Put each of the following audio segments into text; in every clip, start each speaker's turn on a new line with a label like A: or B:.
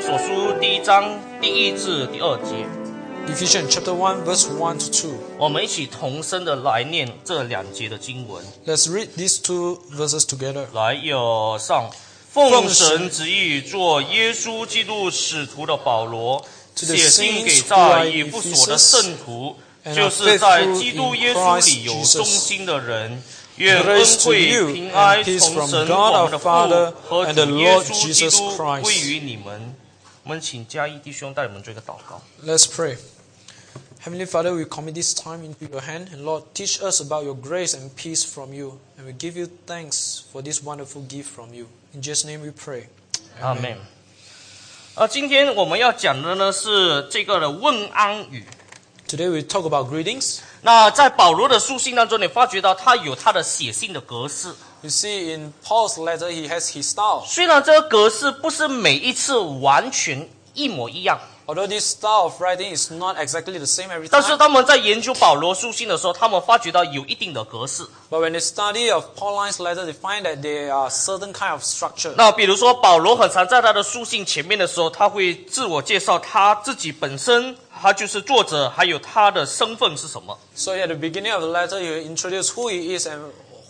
A: 所书第一章第一至第二节，
B: Ephesians chapter 1, verse 1 to 2.
A: 我们一起同声的来念这两节的经文。
B: Let's read these two verses together.
A: 来，有上，奉神旨意做耶稣基督使徒的保罗，
B: To the
A: 写信
B: saints
A: 给
B: who are
A: 在
B: in
A: 以弗所的圣徒，
B: Ephesus and
A: 就是在基督耶稣里有
B: are faithful in Christ Jesus
A: 忠心的人。愿恩
B: Grace to
A: 惠
B: you
A: 平安
B: and peace
A: 从
B: from
A: 神
B: God
A: 我们的
B: our Father
A: 父和
B: and the
A: 主耶
B: Lord
A: 稣基
B: Jesus
A: 督
B: Christ
A: 归于你们。我们请嘉义弟兄带我们做一个祷告。
B: Let's pray. Heavenly Father, we commit this time into your hand, and Lord, teach us about your grace and peace from you, and we give you thanks for this wonderful gift from you. In Jesus' name we pray.
A: 阿门。呃，今天我们要讲的呢是这个的问安语。
B: Today we talk about greetings.
A: 那在保罗的书信当中，你发觉到他有他的写信的格式。
B: You see, in Paul's letter, he has his style.
A: 虽然这个格式不是每一次完全一模一样，
B: Although this style of writing is not exactly the same every
A: 但是
B: time,
A: 他们在研究保罗书信的时候，他们发觉到有一定的格式。
B: but when they study of Pauline's letter, they find that there are certain kind of structure.
A: 那比如说，保罗很常在他的书信前面的时候，他会自我介绍他自己本身，他就是作者，还有他的身份是什么，
B: So at the beginning of the letter, you introduce who he is and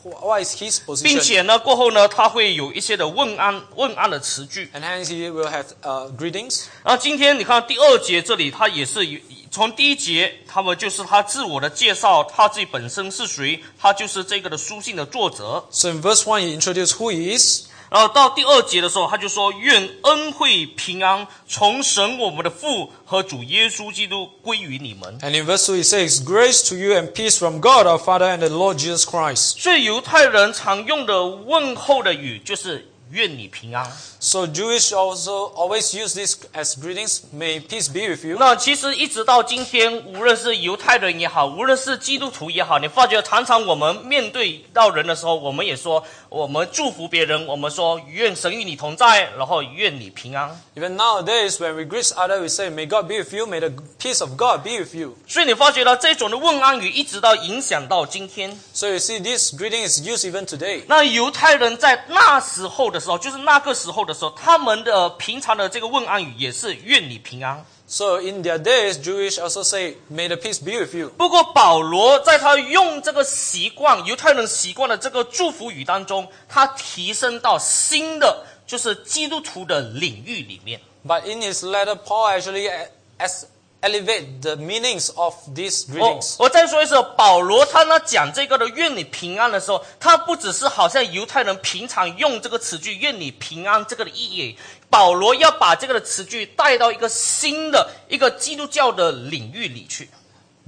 B: wh- what is his
A: 并
B: position.
A: 且呢，过后呢，他会有一些的问安问安的词句。
B: And hence he will have uh, greetings.
A: 然后今天你看第二节这里，他也是有从第一节，他们就是他自我的介绍，他自己本身是谁，他就是这个的书信的作者。
B: So in verse 1, he introduced who he is.
A: 然后到第二节的时候，他就说：“愿恩惠平安从神我们的父和主耶稣基督归于你们。
B: And in verse 2, he says, Grace to you and peace from God our Father and the Lord Jesus ” Christ.
A: 所以犹太人常用的问候的语就是“愿你平安”
B: So Jewish also always use this as greetings. May peace be with you.
A: 那其实一直到今天，无论是犹太人也好，无论是基督徒也好，你发觉常常我们面对到人的时候，我们也说，我们祝福别人，我们说愿神与你同在，然后愿你平安。
B: Even nowadays, when we greet others, we say, May God be with you. May the peace of God be with you.
A: 所以你发觉到这种的问安语，一直到影响到今天。
B: So you see, this greeting is used even today.
A: 那犹太人在那时候的时候，就是那个时候的时候，他们的呃平常的这个问安语也是愿你平安。
B: So in their days, Jewish also say, May the peace be with you.
A: 不过保罗在他用这个习惯犹太人习惯的这个祝福语当中，他提升到新的就是基督徒的领域里面。
B: But in his letter, Paul actually uh, as elevate the meanings of these
A: 我
B: greetings.
A: 我再说一次，保罗他呢讲这个的“愿你平安”的时候，他不只是好像犹太人平常用这个词句“愿你平安”这个的意义，保罗要把这个的词句带到一个新的一个基督教的领域里去。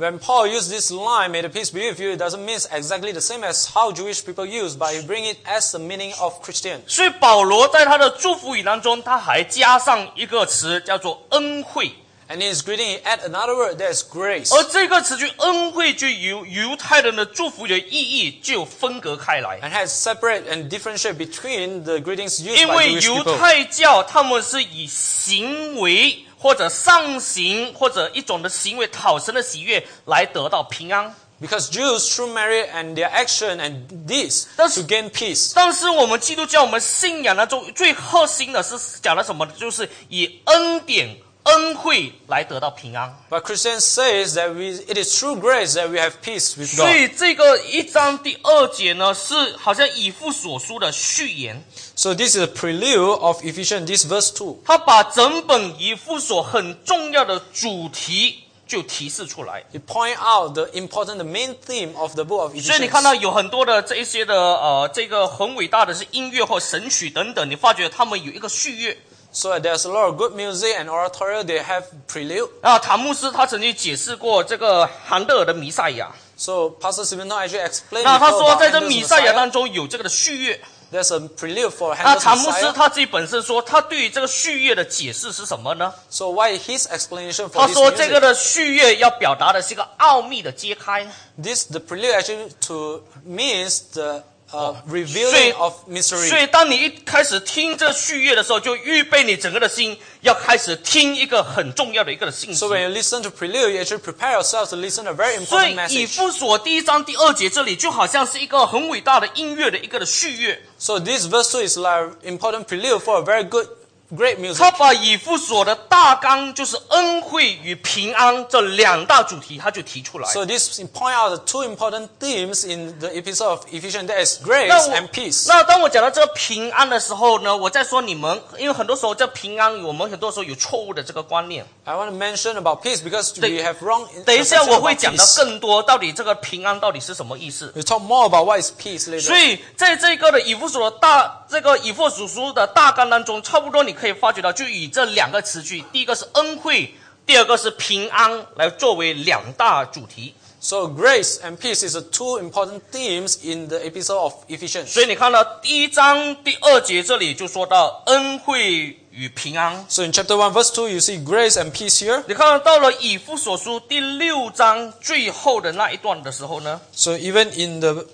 B: When Paul used this line, "May the peace be with you," it doesn't mean exactly the same as how Jewish people use, but he bring it as the meaning of Christian.
A: 所以保罗在他的祝福语当中，他还加上一个词叫做“恩惠”。
B: And in his greeting, he add another word that is grace.
A: 而这个词句“恩惠”就由犹太人的祝福的意义就分隔开来，
B: And has separate and differentiate between the greetings used
A: 因
B: by
A: 为
B: Jewish
A: 犹
B: people.
A: 太教他们是以行为或者上行或者一种的行为讨神的喜悦来得到平安，
B: Because Jews through merit and their action and deeds
A: That's-
B: to gain peace.
A: 但是我们基督教我们信仰当中最核心的是讲了什么呢？就是以恩典、恩惠来得到平安。
B: But Christian says that we, it is through grace that we have peace with
A: 所
B: God.
A: 以这个一章第二节呢，是好像以父所书的序言。
B: So this is a prelude of Ephesians, this verse 2.
A: 他把整本以父所很重要的主题就提示出来。
B: He point out the important, the main theme of the book of
A: 所以
B: Ephesians.
A: 你看到有很多的这一些的呃，这个很伟大的是音乐或神曲等等，你发觉他们有一个序乐
B: So there's a lot of good music and oratorio. They have prelude.
A: 啊。塔牧师他曾经解释过这个韩德尔的《弥赛亚
B: So Pastor Simon actually explained 》，
A: 那
B: before
A: 他说
B: about
A: 在这《
B: Handel's
A: 弥赛亚》
B: Messiah.
A: 当中有这个的序乐。
B: There's a prelude for
A: 那
B: Handel's
A: 塔牧师
B: Messiah.
A: 他自己本身说，他对于这个序乐的解释是什么呢？
B: So why his explanation
A: 他
B: for this
A: 说这个
B: music?
A: 的序乐要表达的是一个奥秘的揭开。
B: This the prelude actually to means the uh, revealing
A: 所以-
B: of mystery.
A: 所以，当你一开始听这序乐的时候，就预备你整个的心要开始听一个很重要的一个的信息
B: So。when you listen to prelude, you actually prepare yourself to listen to a very
A: 所以
B: important，
A: 以
B: message.
A: 父所第一章第二节这里就好像是一个很伟大的音乐的一个的序乐，
B: So this verse two is like important prelude for a very good great music.
A: 他把以父所的大纲就是恩惠与平安这两大主题，他就提出来。
B: So this point out the two important themes in the epistle of Ephesians. That is grace
A: 那我
B: and peace.
A: 那当我讲到这个平安的时候呢，我在说你们，因为很多时候这平安，我们很多时候有错误的这个观念。
B: I want to mention about peace because
A: 等-
B: we have wrong.
A: 等一
B: interpretation
A: 下我
B: about
A: 会讲到
B: peace.
A: 更多，到底这个平安到底是什么意思。
B: We talk more about what is peace
A: 所
B: later.
A: 以，在这个的以父所的大这个以父所书的大纲当中，差不多你可以发觉到，就以这两个词句，第一个是恩惠，第二个是平安，来作为两大主题。
B: So grace and peace is the two important themes in the epistle of Ephesians.
A: 所以你看到第一章第二节这里就说到恩惠与平安。
B: So in chapter 1 verse 2 you see grace and peace here.
A: 你看到了以父所书第六章最后的那一段的时候呢，
B: So even in the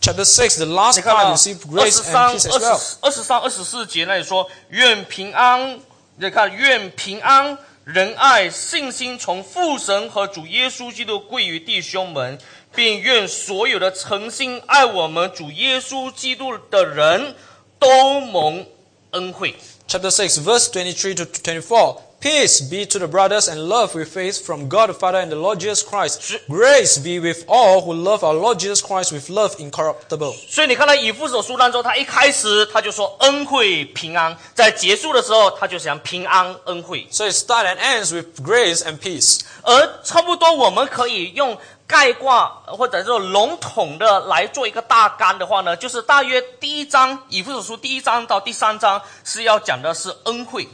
B: chapter 6 the last
A: 你看
B: part
A: 到
B: you
A: 二
B: see
A: 十
B: grace
A: 三、
B: and
A: 啊二
B: peace
A: 十
B: as well.
A: 二十三、二十四节那里说愿平安，你看愿平安、仁爱、信心从父神和主耶稣基督归于弟兄们，并愿所有的诚心爱我们主耶稣基督的人都蒙恩惠。
B: Chapter 6 verse 23 to 24. Peace be to the brothers and love with faith from God the Father and the Lord Jesus Christ. Grace be with all who love our Lord Jesus Christ with love incorruptible.
A: 所以你看到以父所书当中，他一开始他就说恩惠平安，在结束的时候他就想平安恩惠，
B: So it starts and ends with grace and peace.
A: 而差不多我们可以用概括或者说笼统的来做一个大纲的话呢，就是大约第一章以父所书第一章到第三章是要讲的是恩惠，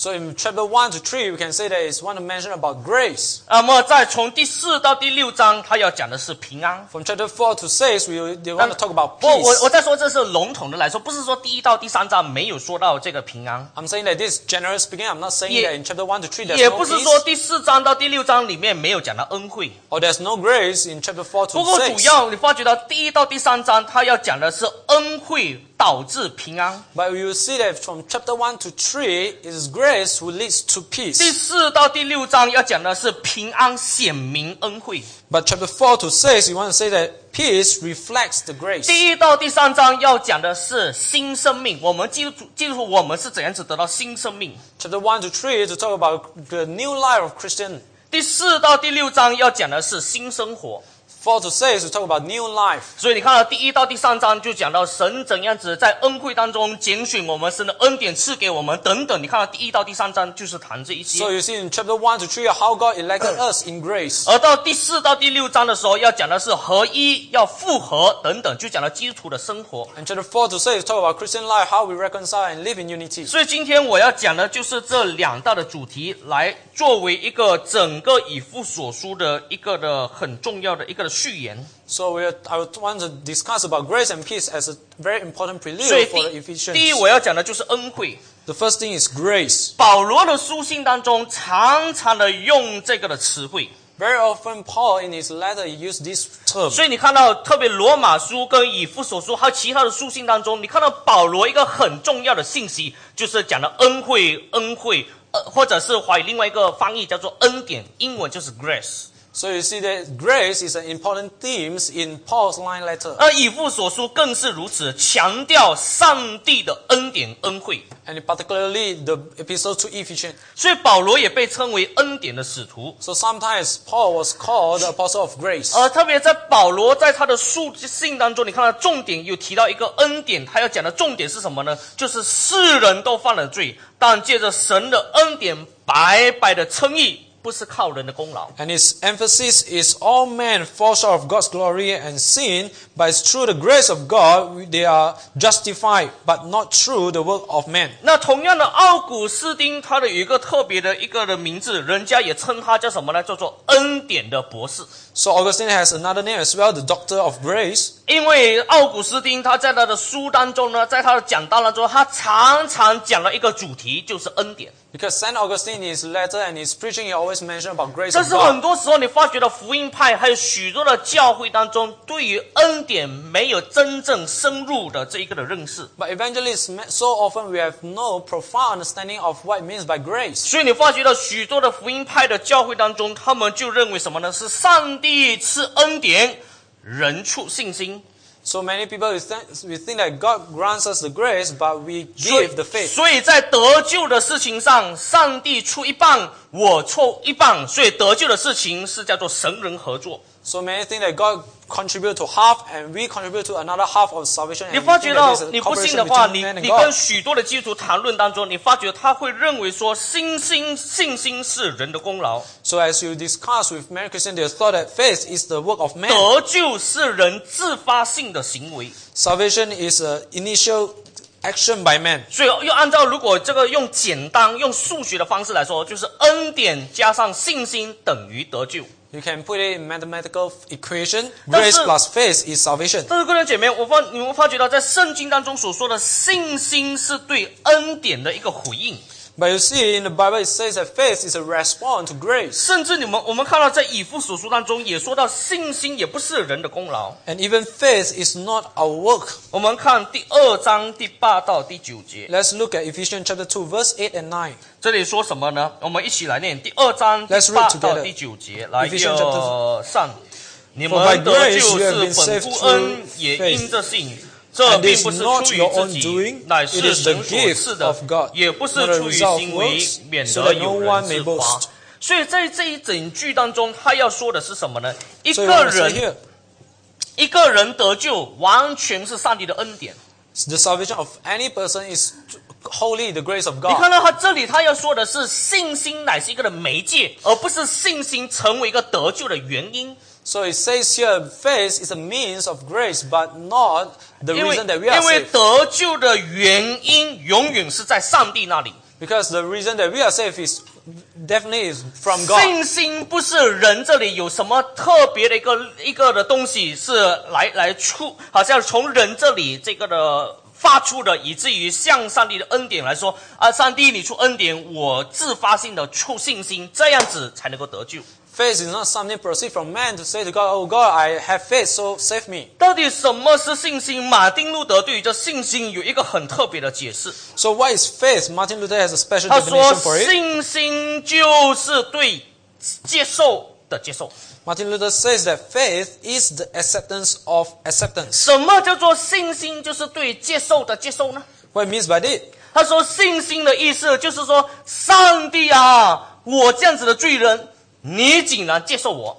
B: So in chapter 1 to 3 we can say that it's one to mention about grace.
A: 那么再从第四到第六章他要讲的是平安。
B: From chapter 4 to 6 we they
A: 那
B: want to talk about
A: 不，我
B: peace.
A: 我在说这是笼统的来说，不是说第一到第三章没有说到这个平安。
B: I'm saying that this generally speaking, I'm not saying
A: Ye-
B: that in chapter 1 to 3 there's
A: 也
B: no
A: 不是说
B: peace
A: 第四章到第六章里面没有讲到恩惠，
B: or there's no grace in chapter 4
A: 不
B: to
A: 过主
B: 6.
A: 要你发觉到第一到第三章，他要讲的是恩惠导致平安；
B: But we will see that from chapter 1 to 3 it is grace who leads to
A: 第
B: peace.
A: 四到第六章要讲的是平安显明恩惠；
B: But chapter 4 to 6 you want to say that peace reflects the grace.
A: 第一到第三章要讲的是新生命，我们基督基督徒我们是怎样子得到新生命；
B: Chapter 1 to 3 to talk about the new life of Christian.
A: 第四到第六章要讲的是新生活。
B: 4 to 6 to talk about new life.
A: 所以你看到第一到第三章就讲到神怎样子在恩惠当中拣选我们，神的恩典赐给我们等等。你看到第一到第三章就是谈这一
B: So
A: 些，
B: you see in chapter 1 to 3 how God elected us in grace.
A: 而到第四到第六章的时候要讲的是合一、要复合等等，就讲到基础的生活。
B: And chapter 4 to 6 talk about Christian life, how we reconcile and live in unity.
A: 所以今天我要讲的就是这两大的主题，来作为一个整个以父所书的一个的很重要的一个的序言。
B: So we are, I would want to discuss about grace and peace as a very important
A: 所以第
B: prelude for the
A: 第一
B: Ephesians.
A: 我要讲的就是恩惠。
B: The first thing is grace.
A: 保罗的书信当中常常的用这个的词汇。
B: Very often Paul in his letter he used this term.
A: 所以你看到，特别罗马书跟以弗所书，还有其他的书信当中，你看到保罗一个很重要的信息，就是讲的恩惠，恩惠，呃，或者是怀另外一个翻译叫做恩典，英文就是 grace。
B: So you see that grace is an important theme in Paul's line letter.
A: 而以弗所书更是如此，强调上帝的恩典、恩惠。
B: And particularly the epistle to Ephesians.
A: 所以保罗也被称为恩典的使徒。
B: So sometimes Paul was called the apostle of grace.
A: 呃，特别在保罗在他的书信当中，你看到重点有提到一个恩典，他要讲的重点是什么呢？就是世人都犯了罪，但借着神的恩典白白的称义，不是靠人的功劳。
B: And his emphasis is all men fall short of God's glory and sin, but it's through the grace of God they are justified, but not through the work of man.
A: 那同样的，奥古斯丁他的有一个特别的一个的名字，人家也称他叫什么呢？叫做恩典的博士。
B: So Augustine has another name as well, the Doctor of Grace.
A: 因为奥古斯丁他在他的书当中呢，在他的讲道当中，他常常讲了一个主题，就是恩典。
B: Because Saint Augustine in his letter and his preaching he always mentioned about grace
A: 这
B: of
A: 是很
B: God.
A: 多时候你发觉到福音派还有许多的教会当中，对于恩典没有真正深入的这一个的认识，
B: But evangelists ma- so often we have no profound understanding of what it means by grace.
A: 所以你发觉到许多的福音派的教会当中，他们就认为什么呢？是上帝赐恩典，人畜信心。
B: So many people we think, we think that God grants us the grace, but we
A: 所
B: give the
A: 以，
B: faith.
A: 所以在得救的事情上，上帝出一半，我出一半，所以得救的事情是叫做神人合作。
B: So many think that God contribute to half, and we contribute to another half of salvation.
A: 你
B: And
A: 发
B: we
A: 觉
B: think
A: 到
B: that there's
A: 你
B: a
A: 不信
B: cooperation
A: 的话，
B: between
A: 你
B: man and
A: 你跟
B: God.
A: 许多的基督徒谈论当中，你发觉他会认为说信心信心是人的功劳，
B: So as you discuss with many Christians, they thought that faith is the work of man.
A: 得救是人自发性的行为。
B: Salvation is an initial action by man.
A: 所以又按照如果这个用简单用数学的方式来说，就是恩典加上信心等于得救。
B: You can put it in mathematical equation.
A: 但是-
B: Grace plus faith is salvation.
A: 但是，各位姐妹，我发你们发觉到，在圣经当中所说的信心是对恩典的一个回应，
B: But you see, in the Bible, it says that faith is a response to grace.
A: 甚至你们我们看到在以父所书当中也说到，信心也不是人的功劳。
B: And even faith is not our work.
A: 我们看第二章第八到第九节，
B: Let's look at Ephesians chapter 2, verse 8 and 9.
A: 这里说什么呢？我们一起来念第二章第
B: Let's read
A: 八
B: together.
A: 到第九节，来
B: Ephesians
A: 一
B: chapter-
A: 二三。你
B: For by
A: 们得
B: grace
A: 救
B: you have
A: 是
B: been
A: 本
B: saved
A: 乎
B: through
A: 恩，也
B: faith.
A: 因着信。这
B: And
A: 并
B: this
A: 不是
B: not
A: 出于
B: your
A: 自
B: own
A: 己
B: doing,，
A: 乃
B: it
A: 是
B: is the
A: 神所
B: gift
A: 赐的
B: of God,
A: 也不
B: not
A: 是
B: a
A: 出于
B: result of
A: 行为
B: works,，
A: 免
B: so
A: 得
B: that no
A: 有
B: one
A: 人自
B: may
A: 夸
B: boast.。
A: 所以在这一整句当中，他要说的是什么呢？一
B: So
A: 个
B: what we see
A: 人
B: here,
A: 一个人得救，完全是上帝的恩典。
B: the salvation of any person is wholly the grace of
A: 你
B: God.
A: 看到他这里，他要说的是信心乃是一个的媒介，而不是信心成为一个得救的原因。
B: So it says here, faith is a means of grace, but not the
A: 因为
B: reason that we are
A: 因为
B: saved.
A: 得救的原因永远是在上帝那里。
B: Because the reason that we are saved is definitely is from God.
A: 信心不是人这里有什么特别的一个一个的东西是来来出，好像从人这里这个的发出的，以至于向上帝的恩典来说啊，上帝你出恩典，我自发性的出信心，这样子才能够得救。
B: Faith is not something proceed from man to say to God, "Oh God, I have faith, so save me."
A: 到底什么是信心？马丁路德对于这信心有一个很特别的解释，
B: So what is faith? Martin Luther has a special
A: 他说
B: definition for it.
A: 信心就是对接受的接受。
B: Martin Luther says that faith is the acceptance of acceptance.
A: 什么叫做信心？就是对接受的接受呢？
B: What it means by it?
A: 他说信心的意思就是说，上帝啊，我这样子的罪人，你竟然接受我，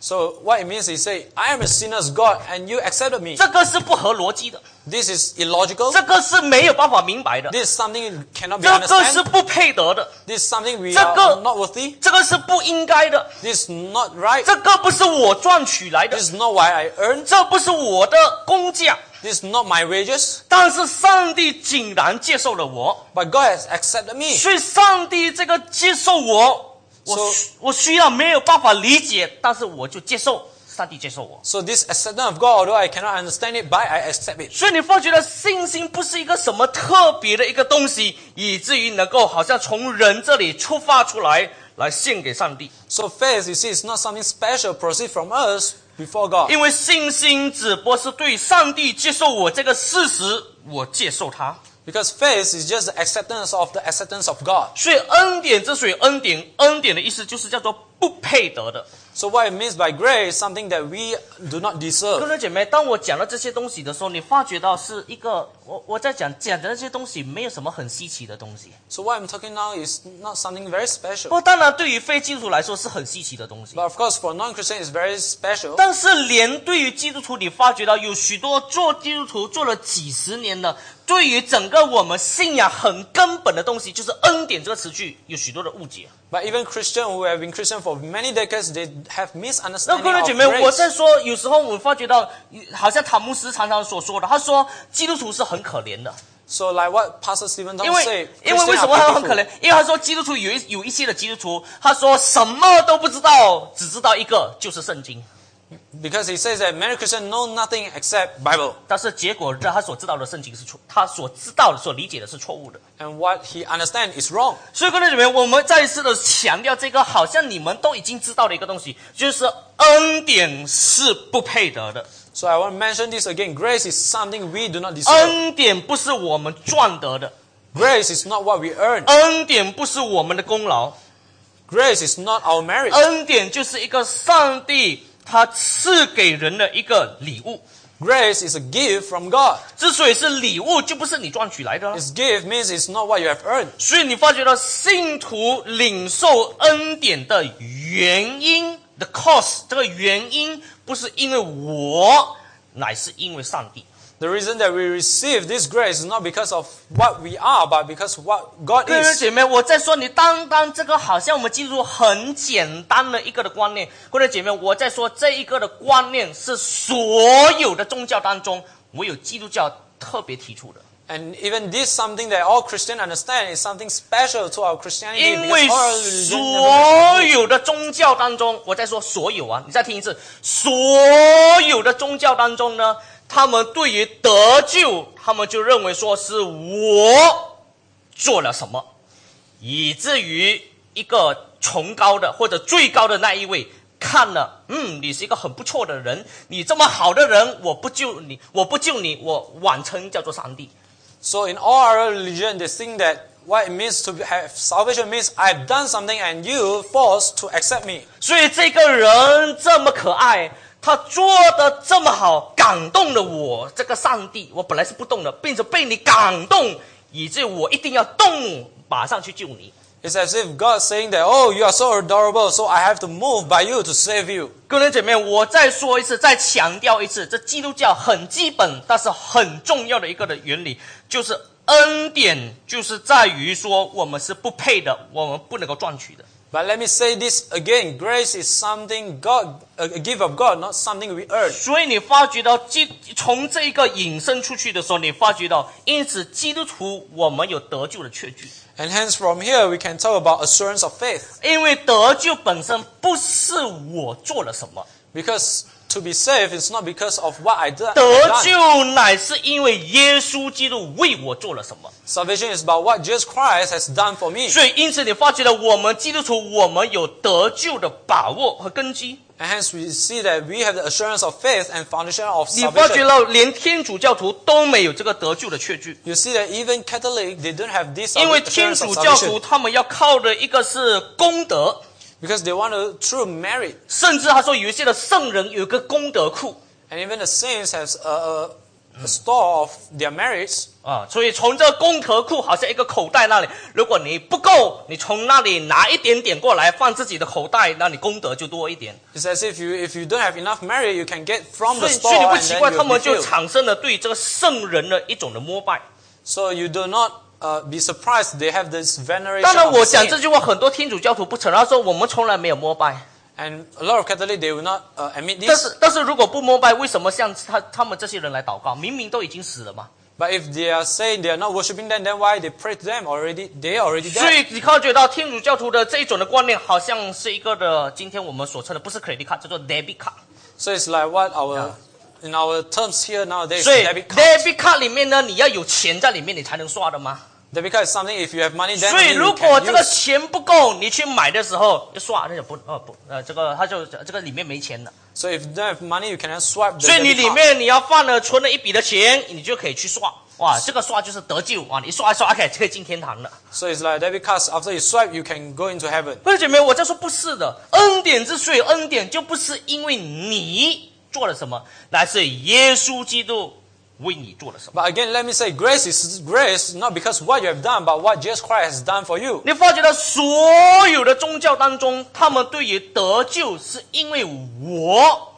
B: So what it means is say, "I am a sinner's God, and you accepted me."
A: 这个是不合逻辑的，
B: This is illogical.
A: 这个是没有办法明白的，
B: This is something cannot be
A: 这个是
B: understood.
A: 不配得的，
B: This is something we
A: 这个-
B: are not worthy.
A: 这个是不应该的，
B: This is not right.
A: 这个不是我赚取来的
B: This，is not why I earned.
A: 这不是我的工价。
B: This is not my wages.
A: 但是上帝竟然接受了我，
B: But God has accepted me.
A: 所以上帝这个接受我，我
B: So-
A: 虽我虽然没有办法理解，但是我就接受，上帝接受我。
B: So this acceptance of God, although I cannot understand it, but I accept it.
A: 所以你发觉了信心不是一个什么特别的一个东西，以至于能够好像从人这里出发出来，来献给上帝。
B: So faith, you see, is not something special proceed from us before God.
A: 因为信心只不过是对上帝接受我这个事实，我接受他。
B: Because faith is just the acceptance of the acceptance of God.
A: 所以恩典之所以恩典，恩典的意思就是叫做不配得的。
B: So what it means by grace, something that we do not
A: 各
B: deserve.
A: 位姐妹，当我讲到这些东西的时候，你发觉到是一个我我在讲讲的那些东西没有什么很稀奇的东西。
B: So what I'm talking now is not something
A: 不
B: very special.
A: 过当然，对于非基督徒来说是很稀奇的东西
B: But。of course, for non-Christian, it's very special.
A: 但是，连对于基督徒，你发觉到有许多做基督徒做了几十年的，对于整个我们信仰很根本的东西，就是恩典这个词句，有许多的误解。
B: But even Christians who have been Christian for many decades, they have
A: 那
B: misunderstanding
A: 各位姐妹，
B: of
A: 我在
B: grace.
A: 说，有时候我发觉到，好像塔姆斯常常所说的，他说基督徒是很可怜的。
B: So like what Pastor Stephen
A: 因
B: Tong
A: 为
B: said,
A: 因为为
B: Christians
A: 什么他
B: are
A: 很可
B: pitiful.
A: 怜？因为他说基督徒有一有一些的基督徒，他说什么都不知道，只知道一个就是圣经，
B: Because he says that many Christians know nothing except Bible.
A: 但是结果让他所知道的圣经是错，他所知道的所理解的是错误的。
B: And what he understands is wrong.
A: 所以，各位姐妹，我们再一次的强调这个，好像你们都已经知道的一个东西，就是恩典是不配得的，
B: So I want to mention this again. Grace is something we do not deserve.
A: 恩典不是我们赚得的，
B: Grace is not what we earn.
A: 恩典不是我们的功劳，
B: Grace is not our
A: um,
B: merit.
A: 恩典就是一个上帝他赐给人的一个礼物。
B: Grace is a gift from God.
A: 之所以是礼物，就不是你赚取来的啊。
B: It's gift means it's not what you have earned.
A: 所以你发觉到信徒领受恩典的原因，the cause 这个原因不是因为我，乃是因为上帝。
B: The reason that we receive this grace is not because of what we are, but because what God
A: 弟兄
B: is.
A: 姐妹，我在说你单单这个好像我们进入很简单的一个的观念，或者姐妹，我在说这一个的观念是所有的宗教当中，唯有基督教特别提出的。
B: And even this something that all Christians understand is something special to our Christianity
A: 因为
B: because all religion never
A: 所
B: mentions
A: 有的宗教当中，我再说所有啊，你再听一次，所有的宗教当中呢，他们对于得救，他们就认为说是我做了什么，以至于一个崇高的或者最高的那一位看了，嗯，你是一个很不错的人，你这么好的人，我不救你，我不救你，我婉称叫做上帝。
B: this. So in all our religion, they think that what it means to have salvation means I've done something and you forced to accept me.
A: 所以这个人这么可爱，他做的这么好，感动了我这个上帝。我本来是不动的，并且被你感动，以致我一定要动，马上去救你。
B: It's as if God saying that, oh, you are so adorable, so I have to move by you to save you.
A: 各位姐妹，我再说一次，再强调一次，这基督教很基本，但是很重要的一个的原理，就是恩典，就是在于说我们是不配的，我们不能够赚取的。
B: But let me say this again: grace is something God, a gift of God, not something we earn.
A: 所以你发觉到基从这一个引申出去的时候，你发觉到，因此基督徒我们有得救的确据，
B: And hence, from here we can talk about assurance of faith,
A: 因为得救本身不是我做了什么，
B: because to be saved is not because of what I do.
A: 得
B: done.
A: 救乃是因为耶稣基督为我做了什么。
B: Salvation is about what Jesus Christ has done for me.
A: 所以因此你发觉到，我们基督徒我们有得救的把握和根基。
B: And hence, we see that we have the assurance of faith and foundation of
A: 你发觉
B: salvation.
A: 到，连天主教徒都没有这个得救的确据。
B: You see that even Catholic they don't have this
A: 因为天
B: assurance of
A: 主教徒
B: salvation
A: 他们要靠的一个是功德，
B: because they want a true merit,
A: 甚至他说有一些的圣人有一个功德库
B: and even the saints have a, a, a store of their merits.
A: 啊，所以从这个功德库好像一个口袋那里，如果你不够，你从那里拿一点点过来放自己的口袋，那你功德就多一点。
B: It's as if you if you don't have enough merit, you can get from
A: 所
B: the
A: 以，
B: store
A: 所以你不
B: and
A: 奇怪，
B: then
A: 他
B: you'll
A: 们
B: be
A: 就
B: filled.
A: 产生了对这个圣人的一种的膜拜。
B: So you do not uh, be surprised they have this veneration.
A: 当然，
B: of
A: 我讲这
B: sin.
A: 句话，很多天主教徒不承认，他说我们从来没有膜拜。
B: And a lot of Catholic they will not uh, admit
A: 但
B: this.
A: 是，但是如果不膜拜，为什么像他他们这些人来祷告？明明都已经死了嘛。
B: But if they are saying they are not worshiping them, then why they pray to them already? They are already
A: 所
B: dead.
A: 以你发觉到天主教徒的这一种的观念，好像是一个的，今天我们所称的不是 credit card，叫做 debit card。
B: So it's like what our in our terms here nowadays
A: 所以
B: debit card.
A: debit card 里面呢，你要有钱在里面，你才能刷的吗？
B: Debit card is something if you have money
A: 所
B: then
A: 以
B: only
A: 如
B: you
A: 果
B: can
A: 这个
B: use.
A: 钱不够，你去买的时候一刷，那就不呃不呃，这个他就这个里面没钱了。
B: So if you don't have money, you cannot swipe the
A: 所以你
B: debit
A: 里
B: card.
A: 面你要放了存了一笔的钱，你就可以去刷。哇，这个刷就是得救哇！你一刷一刷，可以可以进天堂了。
B: So it's like debit cards. After you swipe, you can go into heaven.
A: 各位姐妹，我在说不是的，恩典之所以恩典，就不是因为你做了什么，乃是耶稣基督为你做了什么。
B: But again, let me say, grace is grace not because what you have done, but what Jesus Christ has done for you.
A: 你发觉到所有的宗教当中，他们对于得救是因为我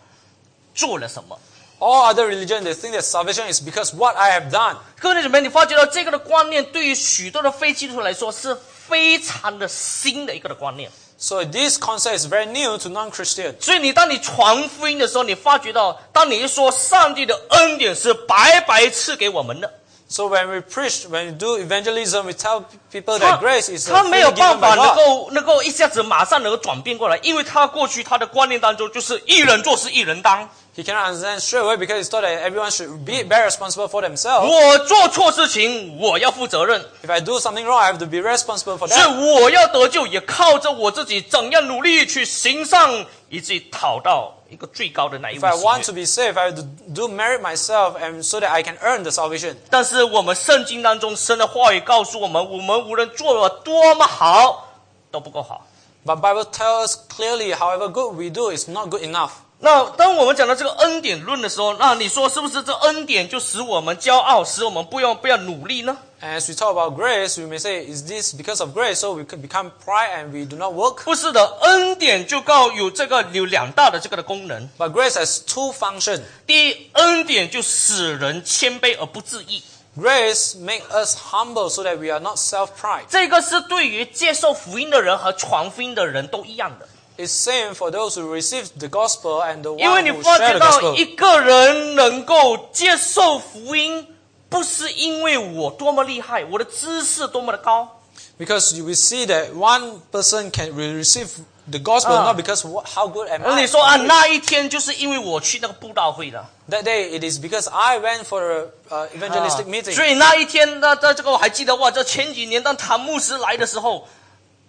A: 做了什么。
B: All other religion, they think that salvation is because what I have done.
A: 各位姐妹，你发觉到这个的观念对于许多的非基督徒来说是非常的新的一个的观念。
B: So this concept is very new to non-Christian.
A: 所以你当你传福音的时候，你发觉到，当你一说上帝的恩典是白白赐给我们的，
B: So when we preach, when we do evangelism, we tell people
A: 他
B: that grace is a
A: 他
B: free
A: 没有办
B: given by
A: 法能
B: God.
A: 够能够一下子马上能够转变过来，因为他过去他的观念当中就是一人做事一人当，
B: He cannot understand straight away because he thought that everyone should be very responsible for themselves.
A: 我做错事情我要负责任，
B: If I do something wrong, I have to be responsible for
A: 所
B: that.
A: 以我要得救也靠着我自己怎样努力去行善，以至于讨到一个最高的那一
B: If I
A: 位
B: want to be saved, I have to do merit myself and so that I can earn the salvation.
A: 但是我们圣经当中神的话语告诉我们，我们无论做了多么好，都不够好。
B: But Bible tells us clearly, however good we do, it's not good enough.
A: 那当我们讲到这个恩典论的时候，那你说是不是这恩典就使我们骄傲，使我们不用不要努力呢？
B: As we talk about grace, we may say, is this because of grace? So we could become pride and we do not work.
A: 不是的，恩典就告有这个有两大的这个的功能。
B: But grace has two functions.
A: 第一，恩典就使人谦卑而不自义，
B: Grace make us humble so that we are not self-pride.
A: 这个是对于接受福音的人和传福音的人都一样的。
B: It's same for those who receive the gospel and the
A: 因为
B: one
A: 你
B: who
A: 发觉
B: share the
A: 到
B: gospel.
A: 一个人能够接受福音，不是因为我多么厉害，我的知识多么的高，
B: Because you will see that one person can re- receive the gospel
A: Ah.
B: not because wha- how good am
A: 而
B: I.
A: 你说啊，那一天就是因为我去那个布道会了，
B: That day it is because I went for a uh, evangelistic meeting.
A: 啊所以那一天，那在这个我还记得哇，这前几年当谭牧师来的时候，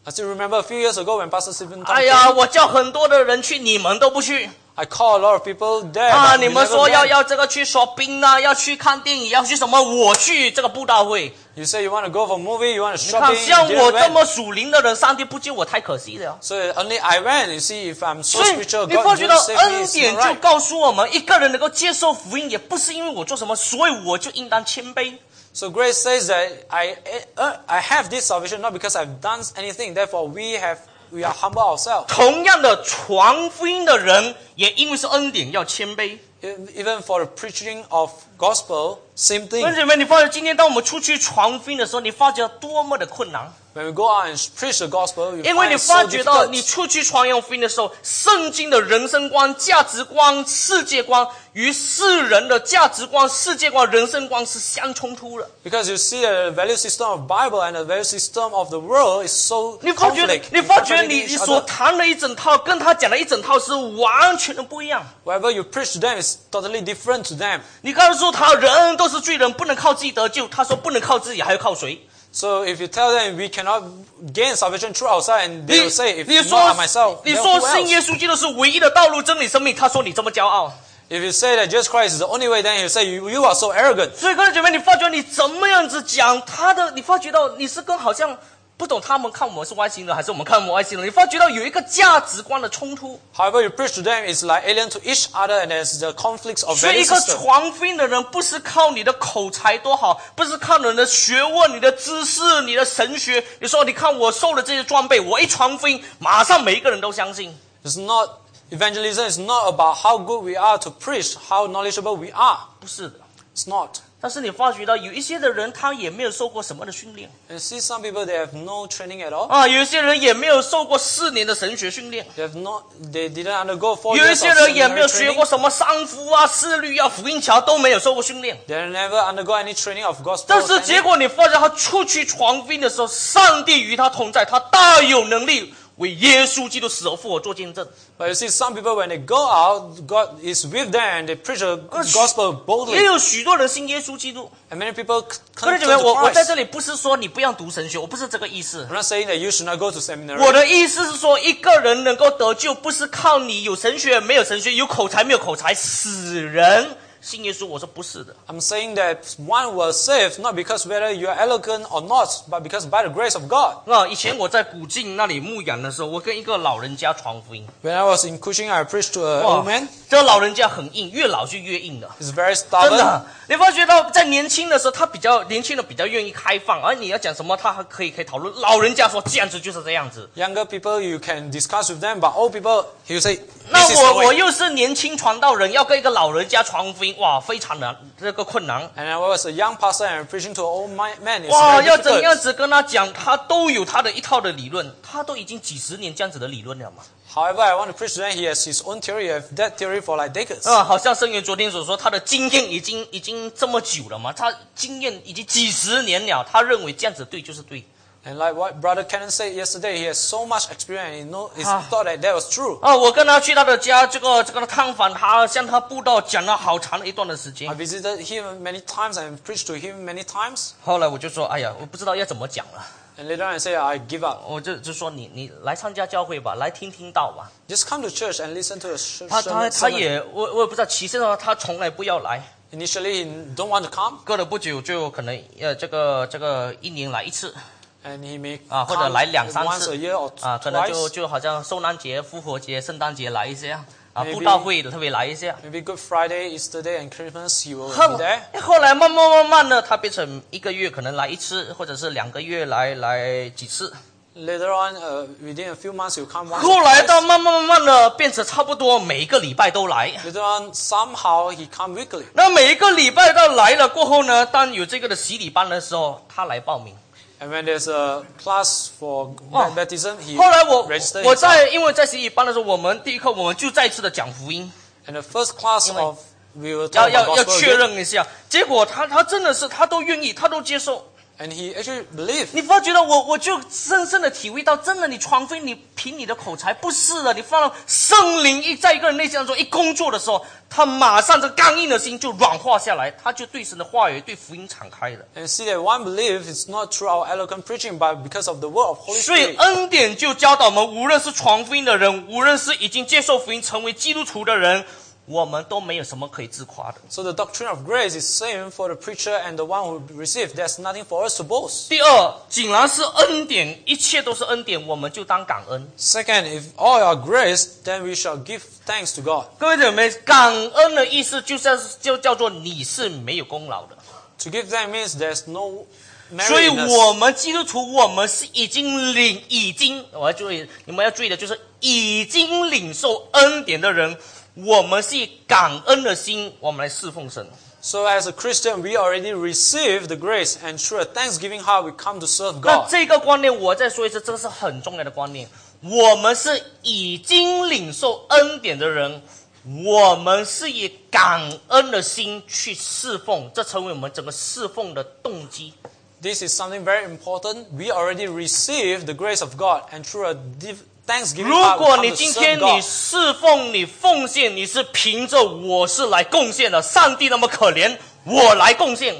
B: I still remember a few years ago when Pastor Stephen Tong
A: 哎
B: came,
A: 呀，我叫很多的人去，你们都不去
B: I called a lot of people there.
A: 啊！
B: but we
A: 你们
B: never
A: 说要
B: went.
A: 要这个去 shopping 啊，要去看电影，要去什么？我去这个布道会，
B: You say you want to go for a movie, you want to
A: 你看
B: shopping. you
A: 像
B: didn't
A: 我这
B: went.
A: 么属灵的人，上帝不救我太可惜了。
B: So only I went. You see, if I'm so
A: 所以
B: spiritual,
A: 你发
B: God
A: 觉到
B: didn't save me.
A: 恩
B: It's
A: 典
B: not
A: 就
B: right.
A: 告诉我们，一个人能够接受福音，也不是因为我做什么，所以我就应当谦卑。
B: So grace says that I uh, I have this salvation not because I've done anything. Therefore, we have we are humble ourselves.
A: 同样的，传福音的人也因为是恩典要谦卑。
B: E- Even for the preaching of gospel, same
A: 弟
B: thing.
A: 兄姐妹，你发觉今天当我们出去传福音的时候，你发觉多么的困难，哎
B: When we go out and preach the gospel, you
A: 因为
B: find
A: 你
B: it so
A: 发觉到
B: difficult.
A: 你出去传扬福音的时候，圣经的人生观、价值观、世界观与世人的价值观、世界观、人生观是相冲突的。
B: Because you see that the value system of Bible and the value system of the world is so
A: 你发觉你
B: conflict.
A: 你
B: in
A: 发觉
B: contradicting
A: 你你
B: each
A: 所
B: other.
A: 谈的一整套，跟他讲的一整套是完全的不一样。
B: Whatever you preach to them is totally different to them.
A: 你告诉他，人都是罪人，不能靠自己得救。他说不能靠自己，还要靠谁？
B: So if you tell them we cannot gain salvation through ourselves, and
A: 你
B: they will say, if
A: 你
B: not
A: 说
B: I myself,
A: 你
B: then
A: 说
B: who
A: 信
B: else?
A: 耶稣基督是唯一的道路、真理、生命。他说你这么骄傲，
B: If you say that Jesus Christ is the only way, then he'll say you, you are so arrogant.
A: 所以各位姐妹，你发觉你怎么样子讲他的，你发觉到你是跟好像不懂他们看我们是外星人，还是我们看我们外星人？你发觉到有一个价值观的冲突。
B: However, you preach to them it's like alien to each other, and there's the conflicts of
A: 所以，
B: value
A: 一个
B: system.
A: 传福音的人，不是靠你的口才多好，不是靠你的学问、你的知识、你的神学。你说，你看我受了这些装备，我一传福音，马上每一个人都相信。
B: It's not evangelism. It's not about how good we are to preach, how knowledgeable we are.
A: 不是的，
B: It's not.
A: 但是你发觉到有一些的人，他也没有受过什么的训练
B: You see, some people they have no training at all.
A: 啊，有一些人也没有受过四年的神学训练，
B: They have not. They didn't undergo four
A: 有一
B: years
A: 些
B: of
A: 人也没
B: seminary
A: 有学过
B: training.
A: 什么三福啊、四律啊、福音桥都没有受过训练。
B: They never undergo any training of gospel.
A: 但是结
B: standing.
A: 果你发现他出去传福音的时候，上帝与他同在，他大有能力为耶稣基督死而复活做见证。
B: But you see, some people when they go out, God is with them and they preach the gospel
A: 也
B: boldly.
A: 有许多人信耶稣基督。
B: And many people c-
A: 各位
B: come
A: 姐
B: to
A: 妹，我我
B: the
A: 在
B: Christ.
A: 这里不是说你不要读神学，我不是这个意思。
B: I'm not saying that you should not go to seminary.
A: 我的意思是说，一个人能够得救，不是靠你有神学没有神学，有口才没有口才，死人信耶稣。我说不是的，
B: I'm saying that one was saved not because whether you are eloquent or not, but because by the grace of God.
A: 那啊以前我在古晋那里牧养的时候，我跟一个老人家传福音，
B: When I was in Kuching, I preached to an
A: 哦
B: old man.
A: 这老人家很硬，越老就越硬的。
B: He's
A: 真
B: very stubborn.
A: 的，你发觉到在年轻的时候，他比较年轻人比较愿意开放，而你要讲什么，他还可以可以讨论。老人家说这样子就是这样子，
B: Younger people, you can discuss with them, but old people, he'll say,
A: 那
B: this is
A: 我
B: the
A: 我
B: way.
A: 又是年轻传道人，要跟一个老人家传福音，哇，非常难，这个困难。
B: And I was a young pastor and preaching to an old mi- man. It's
A: 哇，
B: very
A: 要怎
B: difficult.
A: 样子跟他讲，他都有他的一套的理论，他都已经几十年这样子的理论了嘛。
B: However, I want to preach to them, he has his own theory. I have that theory for like decades.
A: 啊，好像圣元昨天所说，他的经验已经已经这么久了嘛，他经验已经几十年了，他认为这样子对就是对。
B: And like what Brother Cannon said yesterday, he has so much experience and he know, he
A: Ah.
B: thought that that was true.
A: 啊，我跟他去他的家，这个这个探访他，向他布道，讲了好长的一段的时
B: I
A: 间。
B: visited him many times and preached to him many times.
A: 后来我就说，哎呀，我不知道要怎么讲了，
B: And later on, I said, I give up.
A: 我就就说你你来参加教会吧，来听听道吧。
B: Just come to church and listen to a sh-
A: 他他
B: sermon-
A: 他
B: sermon.
A: 也我我也不知道，其实呢，他从来不要来。
B: Initially, he don't want to come.
A: 隔了不久就可能呃这个这个一年来一次
B: And he may
A: 啊，或者
B: come
A: 来两三
B: once a
A: 次
B: year or
A: 啊，可能就
B: twice.
A: 就好像受难节、复活节、圣诞节来一些啊，啊，
B: Maybe-
A: 布道会他会来一啊下。
B: Maybe Good Friday, Easter Day, and Christmas, he will
A: 后
B: be there.
A: 后来慢慢慢慢的，他变成一个月可能来一次，或者是两个月来来几次。
B: Later on, uh, within a few months, he'll come once. or
A: 后来
B: twice.
A: 到慢慢慢慢的变成差不多每一个礼拜都来。
B: Later on, somehow he come weekly.
A: 那每一个礼拜到来了过后呢，当有这个的洗礼班的时候，他来报名。
B: And when there's a class for
A: Oh.
B: baptism, he
A: 后来我
B: register
A: 我
B: himself.
A: 在因为在洗礼班的时候，我们第一课我们就再一次的讲福音，
B: And the first class
A: 因为-
B: of we will
A: 要
B: talk
A: 要
B: about
A: 要
B: gospel
A: 确
B: again.
A: 认一下。结果他他真的是他都愿意，他都接受。
B: And he actually believed.
A: 你发觉到我，我就深深的体会到，真的，你传福音，你凭你的口才不是的，你放到圣灵一在一个人内心当中一工作的时候，他马上这刚硬的心就软化下来，他就对神的话语、对福音敞开了，
B: And see that one belief is not through our eloquent preaching, but because of the word of Holy
A: 所以
B: Spirit.
A: 恩典就教导我们，无论是传福音的人，无论是已经接受福音成为基督徒的人，我们都没有什么可以自夸的。
B: So the doctrine of grace is same for the preacher and the one who received. There's nothing for us to boast.
A: 第二，竟然是恩典，一切都是恩典，我们就当感恩。
B: Second, if all are grace, then we shall give thanks to God.
A: 各位姐妹，感恩的意思就像是就叫做你是没有功劳的。
B: To give thanks means there's no
A: 所以
B: merit in us.
A: 我们基督徒，我们是已经领，已经我要注意，你们要注意的就是已经领受恩典的人，我们是以感恩的心，我们来侍奉神。
B: So as a Christian, we already received the grace, and through a thanksgiving heart, we come to serve
A: 那
B: God.
A: 这个观念，我再说一次，这个是很重要的观念。我们是已经领受恩典的人，我们是以感恩的心去侍奉，这成为我们整个侍奉的动机。
B: This is something very important. We already received the grace of God, and through a div- thanksgiving
A: 如
B: heart, we
A: 果
B: come
A: 你
B: to
A: 今
B: serve
A: 天你
B: God.
A: 侍奉你奉献，你是凭着我是来贡献的，上帝那么可怜，我来贡献，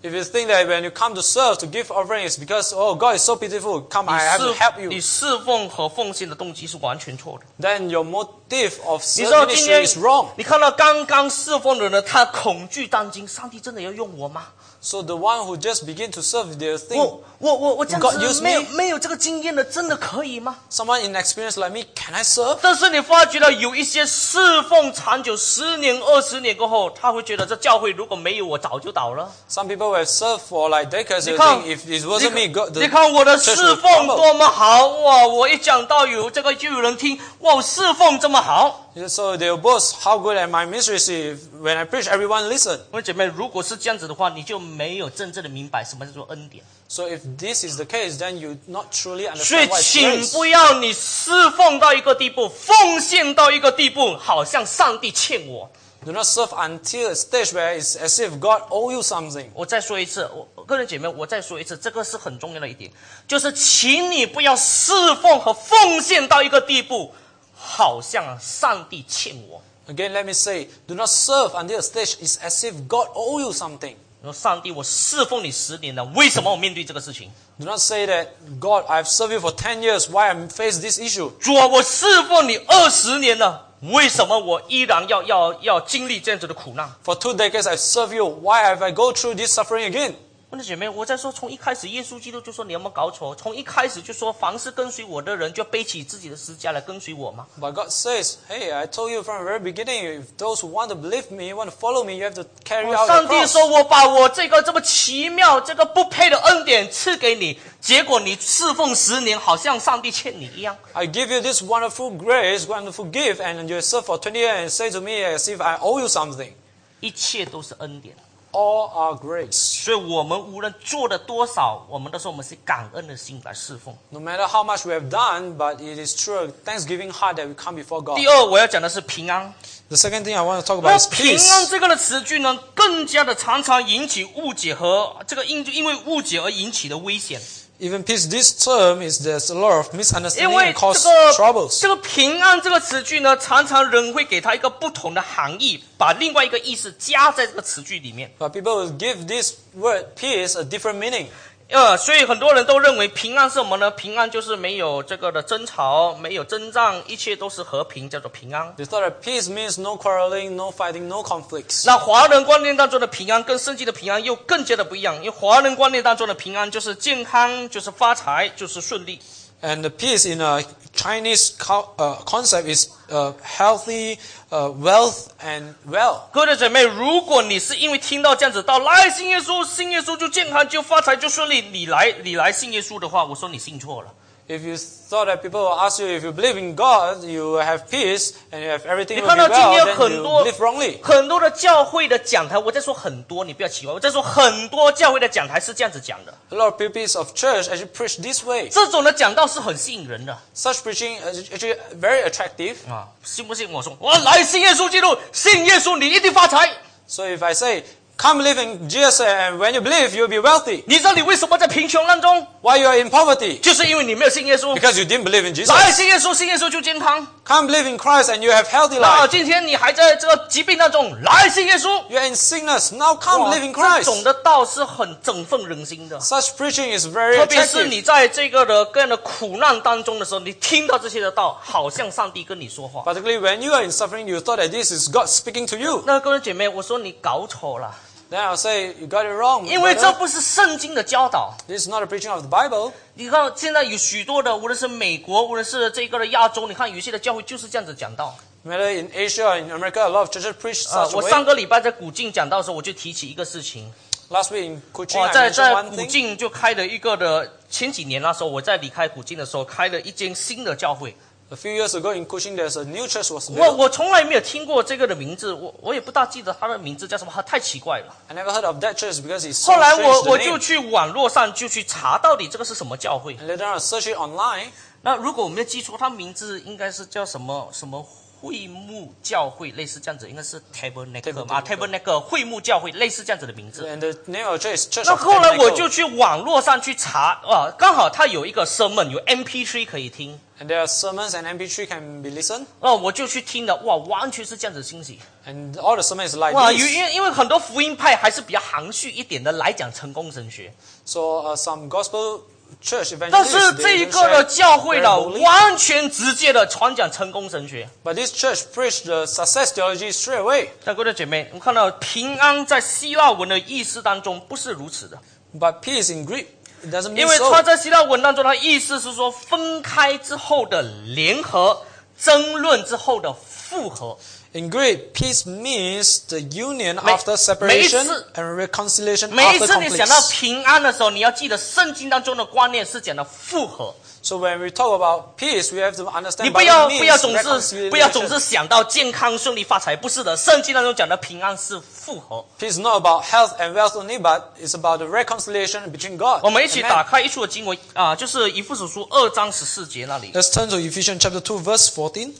B: If you think that when you come to serve, to give offering, it's because, oh, God is so pitiful, come, I have
A: 你
B: to help
A: 侍你
B: you.
A: 侍奉和奉献的动机是完全错的。
B: Then your motive of
A: 你知道
B: serving
A: 今
B: ministry
A: 天
B: is wrong.
A: 你看到刚刚侍奉的人，他恐惧担惊，上帝真的要用我吗？
B: So the one who just begin to serve, they think,
A: 我我我我这样
B: God use
A: 子没有
B: me.
A: 没有这个经验的，真的可以吗？
B: someone inexperienced like me, can I serve?
A: 但是你发觉到有一些侍奉长久十年二十年过后，他会觉得这教会如果没有我早就倒了。
B: Some people have served for like decades. They
A: 你看
B: think if it wasn't me, God,
A: 你
B: the
A: 看我的
B: church
A: 侍
B: would
A: 奉
B: crumble.
A: 多么好哇！我一讲到有这个就有人听，哇，我侍奉这么好。
B: So they will boast how good at my ministry is. If- When I preach, everyone listen.
A: 我们姐妹，如果是这样子的话，你就没有真正的明白什么叫做恩典。
B: So if this is the case, then you not truly
A: 所以
B: understand，what is
A: 请
B: grace.
A: 不要你侍奉到一个地步，奉献到一个地步，好像上帝欠我。
B: Do not serve until a stage where it's as if God owe you something.
A: 我再说一次，我我个人姐妹，我再说一次，这个是很重要的一点，就是请你不要侍奉和奉献到一个地步，好像上帝欠我。
B: Again, let me say, do not serve until a stage is as if God owe you something.
A: 你说上帝，我侍奉你十年了，为什么我面对这个事情？
B: Do not say that God, I've served you for ten years. Why I face this issue?
A: 主啊，我侍奉你二十年了，为什么我依然要要要经历这样子的苦难？
B: For two decades I've served you. Why have I go through this suffering again?
A: 我的姐妹，我在说，从一开始耶稣基督就说你有没有搞错？从一开始就说凡是跟随我的人，就要背起自己的十字架来跟随我吗？
B: But God says, Hey, I told you from the very beginning, if those who want to believe me, want to follow me, you have to carry out the
A: 上帝
B: cross.
A: 说：“我把我这个这么奇妙、这个不配的恩典赐给你，结果你侍奉十年，好像上帝欠你一样。
B: I give you this wonderful grace, wonderful gift, and you serve for 20 years and say to me as if I owe you something.
A: 一切都是恩典。”
B: All are grace.
A: 所以，我们无论做的多少，我们都说我们是感恩的心来侍奉。
B: No matter how much we have done, but it is through a thanksgiving heart that we come before God.
A: 第二，我要讲的是平安。
B: The second thing I want to talk
A: 那
B: about is
A: 平安
B: peace.
A: 这个的词句呢，更加的常常引起误解和这个因因为误解而引起的危险。
B: Even peace, this term is there's a lot of
A: 因
B: misunderstanding
A: 为
B: and
A: 这
B: cause
A: 个
B: troubles.
A: 这个平安这个词句呢，常常人会给它一个不同的含义，把另外一个意思加在这个词句里面。
B: But people will give this word peace a different meaning.
A: 呃，所以很多人都认为平安是什么呢？平安就是没有这个的争吵，没有征战，一切都是和平，叫做平安。
B: They thought that peace means no quarreling, no fighting, no conflicts.
A: 那华人观念当中的平安跟圣经的平安又更加的不一样，因为华人观念当中的平安就是健康，就是发财，就是顺利。
B: And the peace in a Chinese co- uh, concept is uh, healthy, uh, wealth, and well.
A: 各位的姐妹，如果你是因为听到这样子到来信耶稣，信耶稣就健康，就发财，就顺利，你来你来信耶稣的话，我说你信错了。
B: If you thought that people will ask you if you believe in God, you will have peace and you have everything
A: 你
B: will be
A: 看到今天
B: well,
A: 有
B: then
A: 很
B: you
A: 多
B: live wrongly.
A: 很多的教会的讲台，我在说很多，你不要奇怪，我在说很多教会的讲台是这样子讲的，
B: A lot of pupils of church actually preach this way.
A: 这种的讲道是很吸引人的
B: Such preaching is actually very attractive.
A: 啊！信不信我说，我来信耶稣基督，信耶稣你一定发财。
B: So if I say, come believe in Jesus and when you believe, you'll be wealthy.
A: 你知道你为什么在贫穷当中？
B: Why you are in poverty?
A: 就是因为你没有信耶稣。
B: Because you didn't believe in
A: 来
B: Jesus.
A: 信耶稣，信耶稣就健康。
B: Come believe in Christ and you have healthy
A: 那
B: life.
A: 今天你还在这个疾病当中，来信耶稣。
B: You are in sickness. Now come
A: 哇
B: believe in
A: 这种
B: Christ.
A: 的道是很振奋人心的，
B: Such preaching is very
A: 特别是
B: attractive.
A: 你在这个的各样的苦难当中的时候，你听到这些的道，好像上帝跟你说话。
B: Particularly when you are in suffering, you thought that this is God speaking to you.
A: 那各位姐妹，我说你搞错了，
B: Then I'll say, you got it wrong.
A: 因为
B: brother.
A: 这不是圣经的教导。
B: This is not a preaching of the Bible.
A: 你看现在有许多的，无论是美国，无论是这个的亚洲，你看有一些的教会就是这样子讲道。
B: Whether in Asia or in America, a lot of churches preach
A: 啊
B: such，a
A: 我
B: way.
A: 上个礼拜在古晋讲道的时候，我就提起一个事情，
B: Last week in Oh, Kuching,
A: 哇，
B: I
A: 在
B: mentioned
A: 在
B: one
A: 古
B: thing.
A: 晋就开了一个的，前几年那时候我在离开古晋的时候，开了一间新的教会。
B: A few years ago in Kuching, there's a new church was
A: 我
B: built.
A: 我从来没有听过这个的名字，我我也不大记得它的名字叫什么，它太奇怪了。
B: I never heard of that church because it's so
A: 后来
B: strange,
A: 我
B: the
A: 我
B: name.
A: 就去网络上就去查到底这个是什么教会。
B: And later on, I searched it online.
A: 那如果我没有记错，它名字应该是叫什么什么会幕教会，类似这样子，应该是 Tabernacle 嘛啊 Tabernacle 会幕教会，类似这样子的名字。
B: And the name of the church is Church
A: 那
B: of
A: 后来我
B: Tabernacle.
A: 就去网络上去查啊，刚好它有一个 sermon 有 MP3 可以听，
B: And there are sermons and MP3 can be listened.
A: 哦、我就去听了，哇，完全是这样子的欣喜。
B: And all the sermons is like
A: 哇，因
B: this.
A: 因为因为很多福音派还是比较含蓄一点的来讲成功神学，
B: So uh, some gospel church
A: 但是
B: evangelists,
A: 哎这
B: they
A: 一
B: even
A: 个的
B: share
A: 教会
B: very
A: 呢，
B: boldly.
A: 完全直接的传讲成功神学。
B: But this church preached the success theology straight away.
A: 但各位姐妹，我们看到平安在希腊文的意思当中不是如此的，
B: But peace in Greek, it doesn't
A: 因
B: mean
A: 为它
B: so.
A: 在希腊文当中，它意思是说分开之后的联合、争论之后的复合。
B: In Greek, peace means the union
A: 每-
B: after separation
A: 每一次-
B: and reconciliation
A: 每一
B: after
A: 次你想到
B: conflicts.
A: 平安的时候，你要记得圣经当中的观念是讲的复合，
B: So when we talk about peace, we have to
A: 你
B: understand
A: 不
B: what
A: 要
B: it
A: 不要
B: means
A: 总是
B: reconciliation.
A: 不要总是想到健康顺利发财，不是的，圣经当中讲的平安是复合。
B: Peace is not about health and wealth only, but it's about the reconciliation between God.
A: 我们一起
B: and
A: 打
B: man.
A: 开一处的经文啊，就是以父所书二章十四节那里，
B: Let's turn to Ephesians chapter 2, verse 14.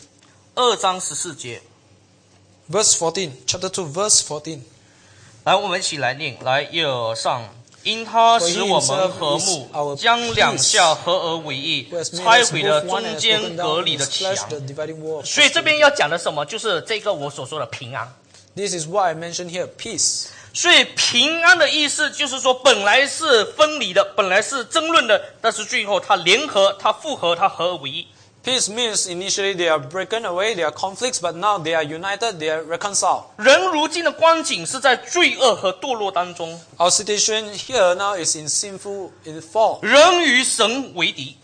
A: 二章十四节，
B: Verse 14. Chapter 2, verse 14.
A: 来，我们一起来念，来，一二上。因他使我们和
B: For he himself is
A: 睦，
B: our
A: 将两下合而为一
B: Who，has made
A: 拆
B: us
A: 毁了
B: both one
A: 中
B: and
A: 间
B: broken
A: 隔
B: down
A: 离
B: and
A: 的
B: has
A: 墙。
B: slashed the dividing wall.
A: 所以这边要讲的什么，就是这个我所说的平安。
B: This is what I mentioned here, peace.
A: 所以平安的意思就是说，本来是分离的，本来是争论的，但是最后它联合、它复合、它合而为一。
B: Peace means initially they are broken away, there are conflicts, but now they are united, they are reconciled.
A: 人如今的光景是在罪恶和堕落当中，
B: Our situation here now is in sinful, in fall.
A: 人与神为敌。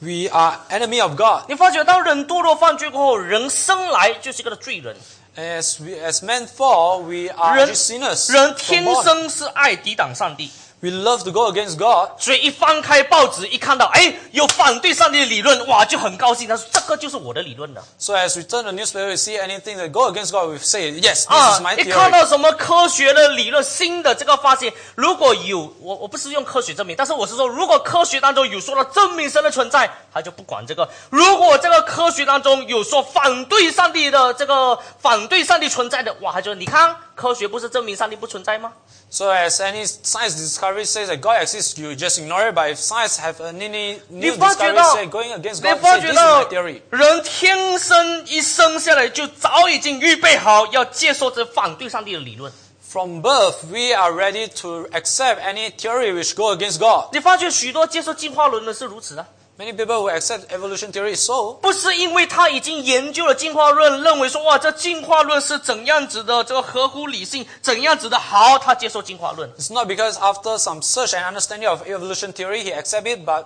B: We are enemy of God.
A: 你发觉，当人堕落犯罪过后，人生来就是一个罪人，
B: As we, as men fall, we are
A: 人
B: actually sinners.
A: 人
B: from
A: 天
B: born.
A: 生是爱抵挡上帝，
B: We love to go against God.
A: 所以一翻开报纸，一看到哎有反对上帝的理论，哇就很高兴。他说这个就是我的理论了
B: So as we turn the newspaper, we see anything that go against God, we say, yes, this
A: 啊
B: is my！
A: 一看
B: theory.
A: 到什么科学的理论新的这个发现，如果有我我不是用科学证明，但是我是说，如果科学当中有说到证明神的存在，他就不管这个；如果这个科学当中有说反对上帝的这个反对上帝存在的，哇，他就你看科学不是证明上帝不存在吗？
B: So as any science discovery says that God exists, you just ignore it. But if science have any new
A: 你发觉
B: discovery
A: 到
B: say，going against
A: 你
B: God,
A: 发
B: say, this
A: 觉
B: is my
A: 到
B: theory.
A: 人天生一生下来就早已经预备好要接受这反对上帝的理论。
B: From birth, we are ready to accept any theory which go against God.
A: 你发觉许多接受进化论的是如此啊，
B: Many people who accept evolution theory is so
A: 不是因为他已经研究了进化论，认为说哇这进化论是怎样子的，这个合乎理性，怎样子的好，他接受进化论。
B: it's not because after some search and understanding of evolution theory he accept it, but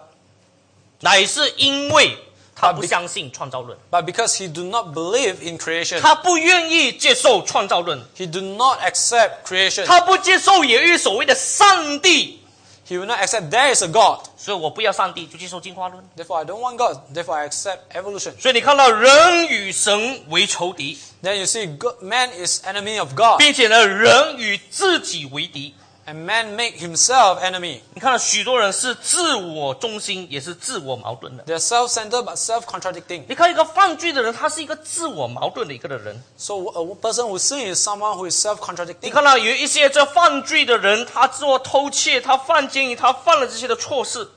A: 乃是因为他不相信创造论，
B: But because he do not believe in creation,
A: 他不愿意接受创造论，
B: he do not accept creation.
A: 他不接受也域所谓的上帝，
B: He will not accept there is a God.
A: 所以我不要上帝，就接受进化论。
B: Therefore, I don't want God. Therefore, I accept evolution.
A: 所以你看到人与神为仇敌，
B: Then you see, God, man is enemy of God,
A: 并且呢，人与自己为敌。
B: and man make himself enemy.
A: 你看到许多人是自我中心，也是自我矛盾的。
B: They are self-centered but self-contradicting.
A: 你看一个犯罪的人，他是一个自我矛盾的一个的人。
B: So a person who sins is someone who is
A: 你
B: self-contradicting.
A: 看到有一些这犯罪的人，他做偷窃，他犯奸淫，他犯了这些的错事。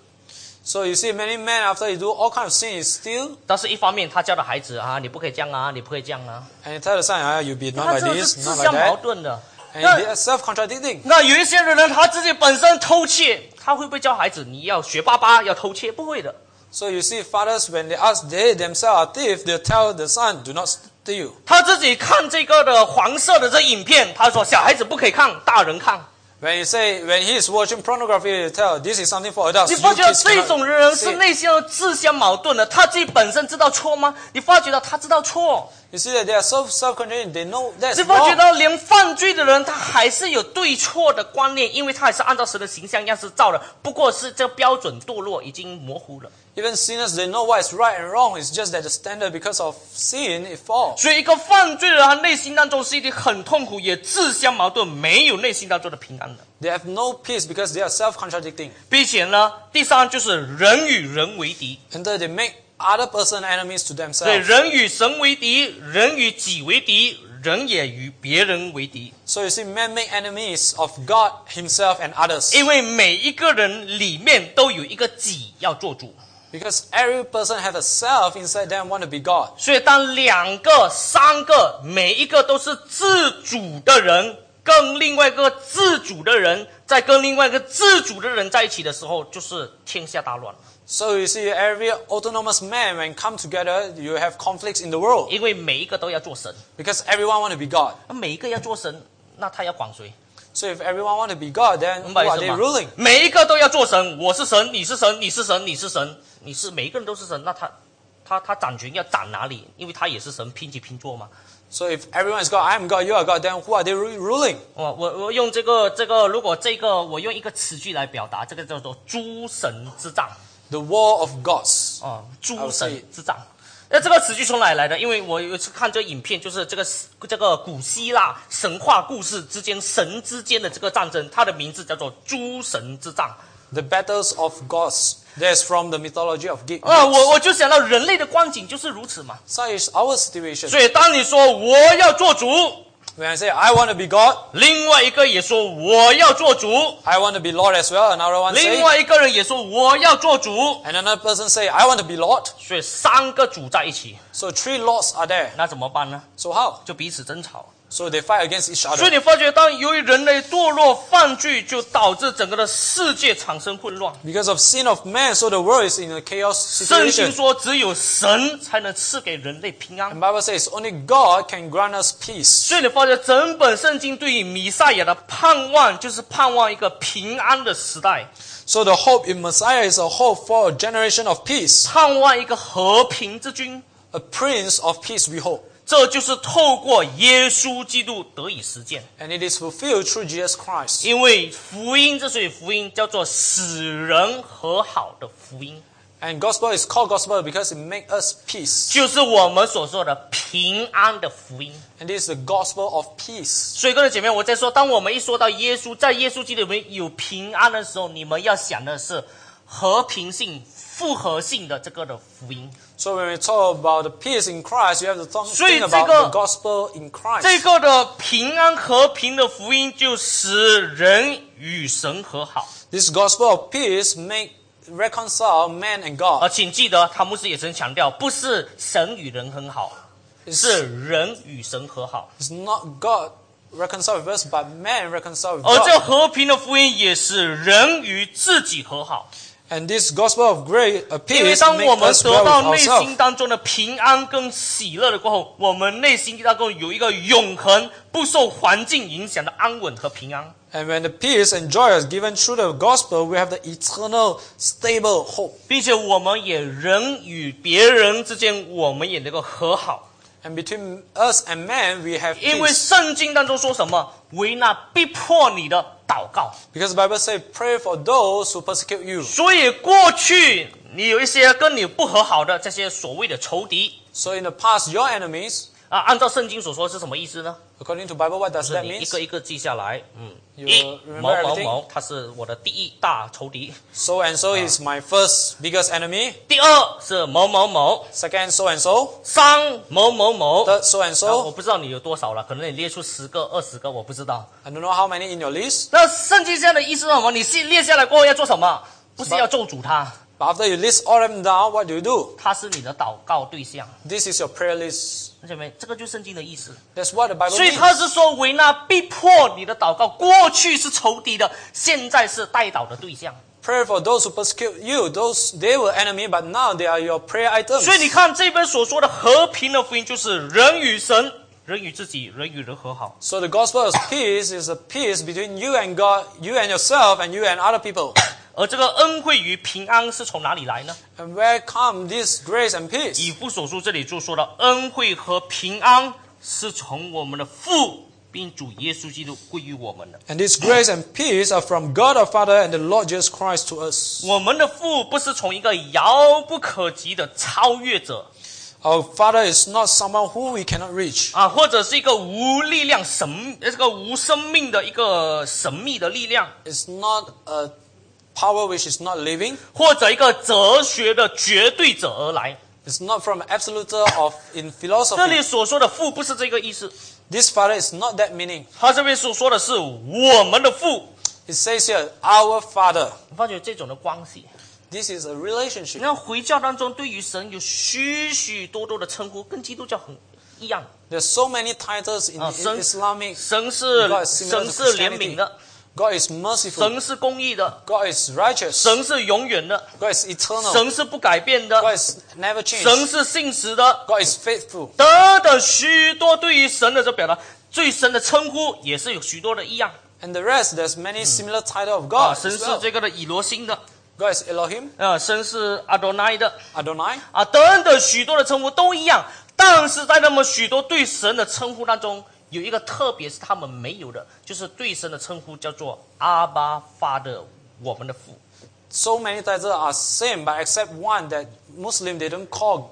B: So you see, many men after they do all kind of sin, is still
A: 但是，一方面他教的孩子啊，你不可以这样啊，你不可以这样啊，
B: and you tell the son, ah, you be not
A: 他
B: like
A: 真的是
B: this,
A: 自
B: not
A: 相
B: like
A: 矛
B: that,
A: 盾的。
B: and they are self-contradicting.
A: 那有一些人呢，他自己本身偷窃，他会不会教孩子你要学爸爸要偷窃？不会的，
B: So you see, fathers when they ask they themselves are thief, they tell the son, do not steal.
A: 他自己看这个的黄色的这影片，他说小孩子不可以看，大人看。
B: When you say when he is watching pornography, you tell this is something for adults.
A: 你
B: You
A: 发觉到
B: kids
A: 这
B: cannot
A: 种人是
B: see it."
A: 内心的自相矛盾的，他自己本身知道错吗？你发觉到他知道错，
B: You see that they are so self-contained. They know that's
A: 你发觉
B: wrong.
A: 到连犯罪的人他还是有对错的观念，因为他还是按照神的形象样式造的，不过是这个标准堕落已经模糊了。
B: Even sinners, they know what is right and wrong. It's just that the standard because of sin it falls.
A: 所以，一个犯罪的人，他内心当中是一定很痛苦，也自相矛盾，没有内心当中的平安的。
B: They have no peace because they are self-contradicting.
A: 并且呢，第三就是人与人为敌，
B: And third, they make other person enemies to
A: 对，
B: themselves.
A: 人与神为敌，人与己为敌，人也与别人为敌。
B: So you see, men make enemies of God Himself and others.
A: 因为每一个人里面都有一个己要做主，
B: Because every person has a self inside them want to be God.
A: 所以当两个、三个，每一个都是自主的人，跟另外一个自主的人，在跟另外一个自主的人在一起的时候，就是天下大乱。
B: So you see, every autonomous man when come together, you have conflicts in the world
A: 因为每一个都要做神，
B: because everyone want to be God.
A: 那每一个要做神，那他要管谁？
B: So if everyone want to be God, then
A: 明
B: who
A: 白意
B: are
A: 思
B: they
A: 吗
B: ruling?？
A: 每一个都要做神，我是神，你是神，你是神，你是神，你是每一个人都是神，那他他他掌权要掌哪里？因为他也是神，拼起拼做嘛。
B: So if everyone is God, I am God, you are God, then who are they ru- ruling?
A: 我哦我我用这个这个，如果这个我用一个词句来表达，这个叫做诸神之战
B: The war of gods.
A: 啊、诸
B: I'll
A: 神
B: say
A: 之战。那这个词句从哪里来的？因为我有一次看这个影片，就是这个这个古希腊神话故事之间神之间的这个战争，它的名字叫做诸神之战。
B: The battles of gods. That's from the mythology of Greek.
A: 啊，
B: myths.
A: 我我就想到人类的光景就是如此嘛。
B: Such is our situation.
A: 所以当你说我要做主，
B: When I say I want to be God,
A: 另外一个也说我要做主，
B: I want to be Lord as well. Another one
A: 另
B: say,
A: 外一个人也说我要做主，
B: and another person say, I want to be Lord.
A: 所以三个主在一起。
B: So three lords are there.
A: 那怎么办呢？
B: So how?
A: 就彼此争吵。
B: So they fight against each
A: 所以
B: other.
A: 你发觉，当由于人类堕落犯罪，就导致整个的世界产生混乱。
B: Because of sin of man, so the world is in a chaos
A: 圣经
B: situation.
A: 说，只有神才能赐给人类平安
B: And。Bible says only God can grant us peace.
A: 所以你发觉，整本圣经对于弥赛亚的盼望，就是盼望一个平安的时代，
B: So the hope in Messiah is a hope for a generation of peace,
A: 盼望一个和平之君。
B: a prince of peace we hope.
A: 这就是透过耶稣基督得以实践。
B: And it is fulfilled through Jesus Christ.
A: 因为福音之所以福音，叫做使人和好的福音。
B: And gospel is called gospel because it makes us peace.
A: 就是我们所说的平安的福音。
B: And this is the gospel of peace.
A: 所以，各位姐妹，我在说，当我们一说到耶稣，在耶稣基督里面有平安的时候，你们要想的是和平性、复合性的这个的福音。
B: So when we talk about the peace in Christ, you have to th-
A: 所以
B: think about
A: 这个-
B: the gospel in
A: 这
B: Christ.
A: 个的平安和平的福音，就使人与神和好。
B: This gospel of peace make reconcile man and
A: 啊，
B: God.
A: 请记得，汤姆斯也曾强调，不是神与人很好，
B: It's,
A: 是人与神和好。
B: it's not God reconciled with us,
A: Oh,
B: but man reconciled with
A: 而这
B: God.
A: 和平的福音也是人与自己和好。
B: And this gospel of grace, uh,
A: 因为
B: peace,
A: 当
B: make
A: 我们
B: us
A: 得
B: well
A: 到内
B: with
A: 心
B: ourselves.
A: 当中的平安跟喜乐的过后，我们内心当中有一个永恒、不受环境影响的安稳和平安。
B: And when the peace and joy is given through the gospel, we have the eternal, stable hope.
A: 并且我们也人与别人之间，我们也能够和好，
B: And between us and man, we have
A: 因为
B: peace.
A: 圣经当中说什么？为那逼迫你的祷告。
B: Because the Bible says, pray for those who persecute you.
A: 所以过去你有一些跟你不和好的这些所谓的仇敌
B: So in the past, your enemies,
A: 啊，按照圣经所说是什么意思呢？
B: according to Bible, what does
A: 是
B: that
A: 你一
B: mean?
A: 个一个记下来，嗯，
B: You
A: 一某
B: remember
A: 某
B: everything?
A: 某，他是我的第一大仇敌；
B: So and so is my first biggest enemy.
A: 第二是某某某，
B: Second, so and so.
A: 三某某某。
B: Third, so and
A: 啊我
B: so.
A: 不知道你有多少了，可能你列出十个、二十个，我不知道。
B: I don't know how many in your list.
A: 那圣经这样的意思是什么？你系列下来过后要做什么？不是要咒诅他，
B: But after you list all of them down, what do you do?
A: 他是你的祷告对象，
B: This is your prayer list.
A: 看见没？这个就是圣经的意思。
B: That's what the Bible
A: 所以
B: means.
A: 他是说，为那逼迫你的祷告，过去是仇敌的，现在是代祷的对象。
B: Pray for those who persecute you. Those they were enemy, but now they are your prayer items.
A: 所以你看这边所说的和平的福音，就是人与神、人与自己、人与人和好。
B: So the gospel of peace is a peace between you and God, you and yourself, and you and other people.
A: 而这个恩惠与平安是从哪里来呢？
B: And where come this grace and
A: 以
B: peace?
A: 父所书这里就说了，恩惠和平安是从我们的父并主耶稣基督归于我们的。
B: And this grace and peace are from God our Father and the Lord Jesus Christ to us.
A: 我们的父不是从一个遥不可及的超越者
B: Our Father is not someone who we cannot reach,
A: 啊，或者是一个无力量神这个无生命的一个神秘的力量，
B: it's not a power which is not living,
A: 或者一个哲学的绝对者而来。
B: it's not from absoluter of in
A: 这里
B: philosophy.
A: 所说的父不是这个意思，
B: This Father is not that meaning.
A: 他这边所说的是我们的父。
B: It says here, our Father.
A: 我发觉这种的关系，
B: This is a
A: 你
B: relationship.
A: 看回教当中对于神有许许多多的称呼，跟基督教很一样
B: There's so many titles in,
A: 啊。神
B: in Islamic.
A: 神是
B: God is similar
A: 神
B: to
A: 是怜悯
B: Christianity.
A: 的，
B: God is merciful.
A: 神是公义的，
B: God is righteous.
A: 神是永远的。
B: God is eternal.
A: 神是不改变
B: God
A: 的，
B: is never
A: 神
B: changed.
A: 是信实的，
B: God is faithful.
A: 等等许多对于神的这表达，对神的称呼也是有许多的异样
B: And the rest, there's many similar title of
A: 啊。
B: God.
A: 神
B: As
A: 是
B: well.
A: 这个的以罗星的，
B: God is Elohim,
A: 呃，神是阿多奈的
B: Adonai.
A: 啊，等等许多的称呼都一样，但是在那么许多对神的称呼当中，有一个特别是他们没有的，就是对神的称呼叫做阿巴发的，我们的父。
B: So many titles are same, but except one that Muslim they don't call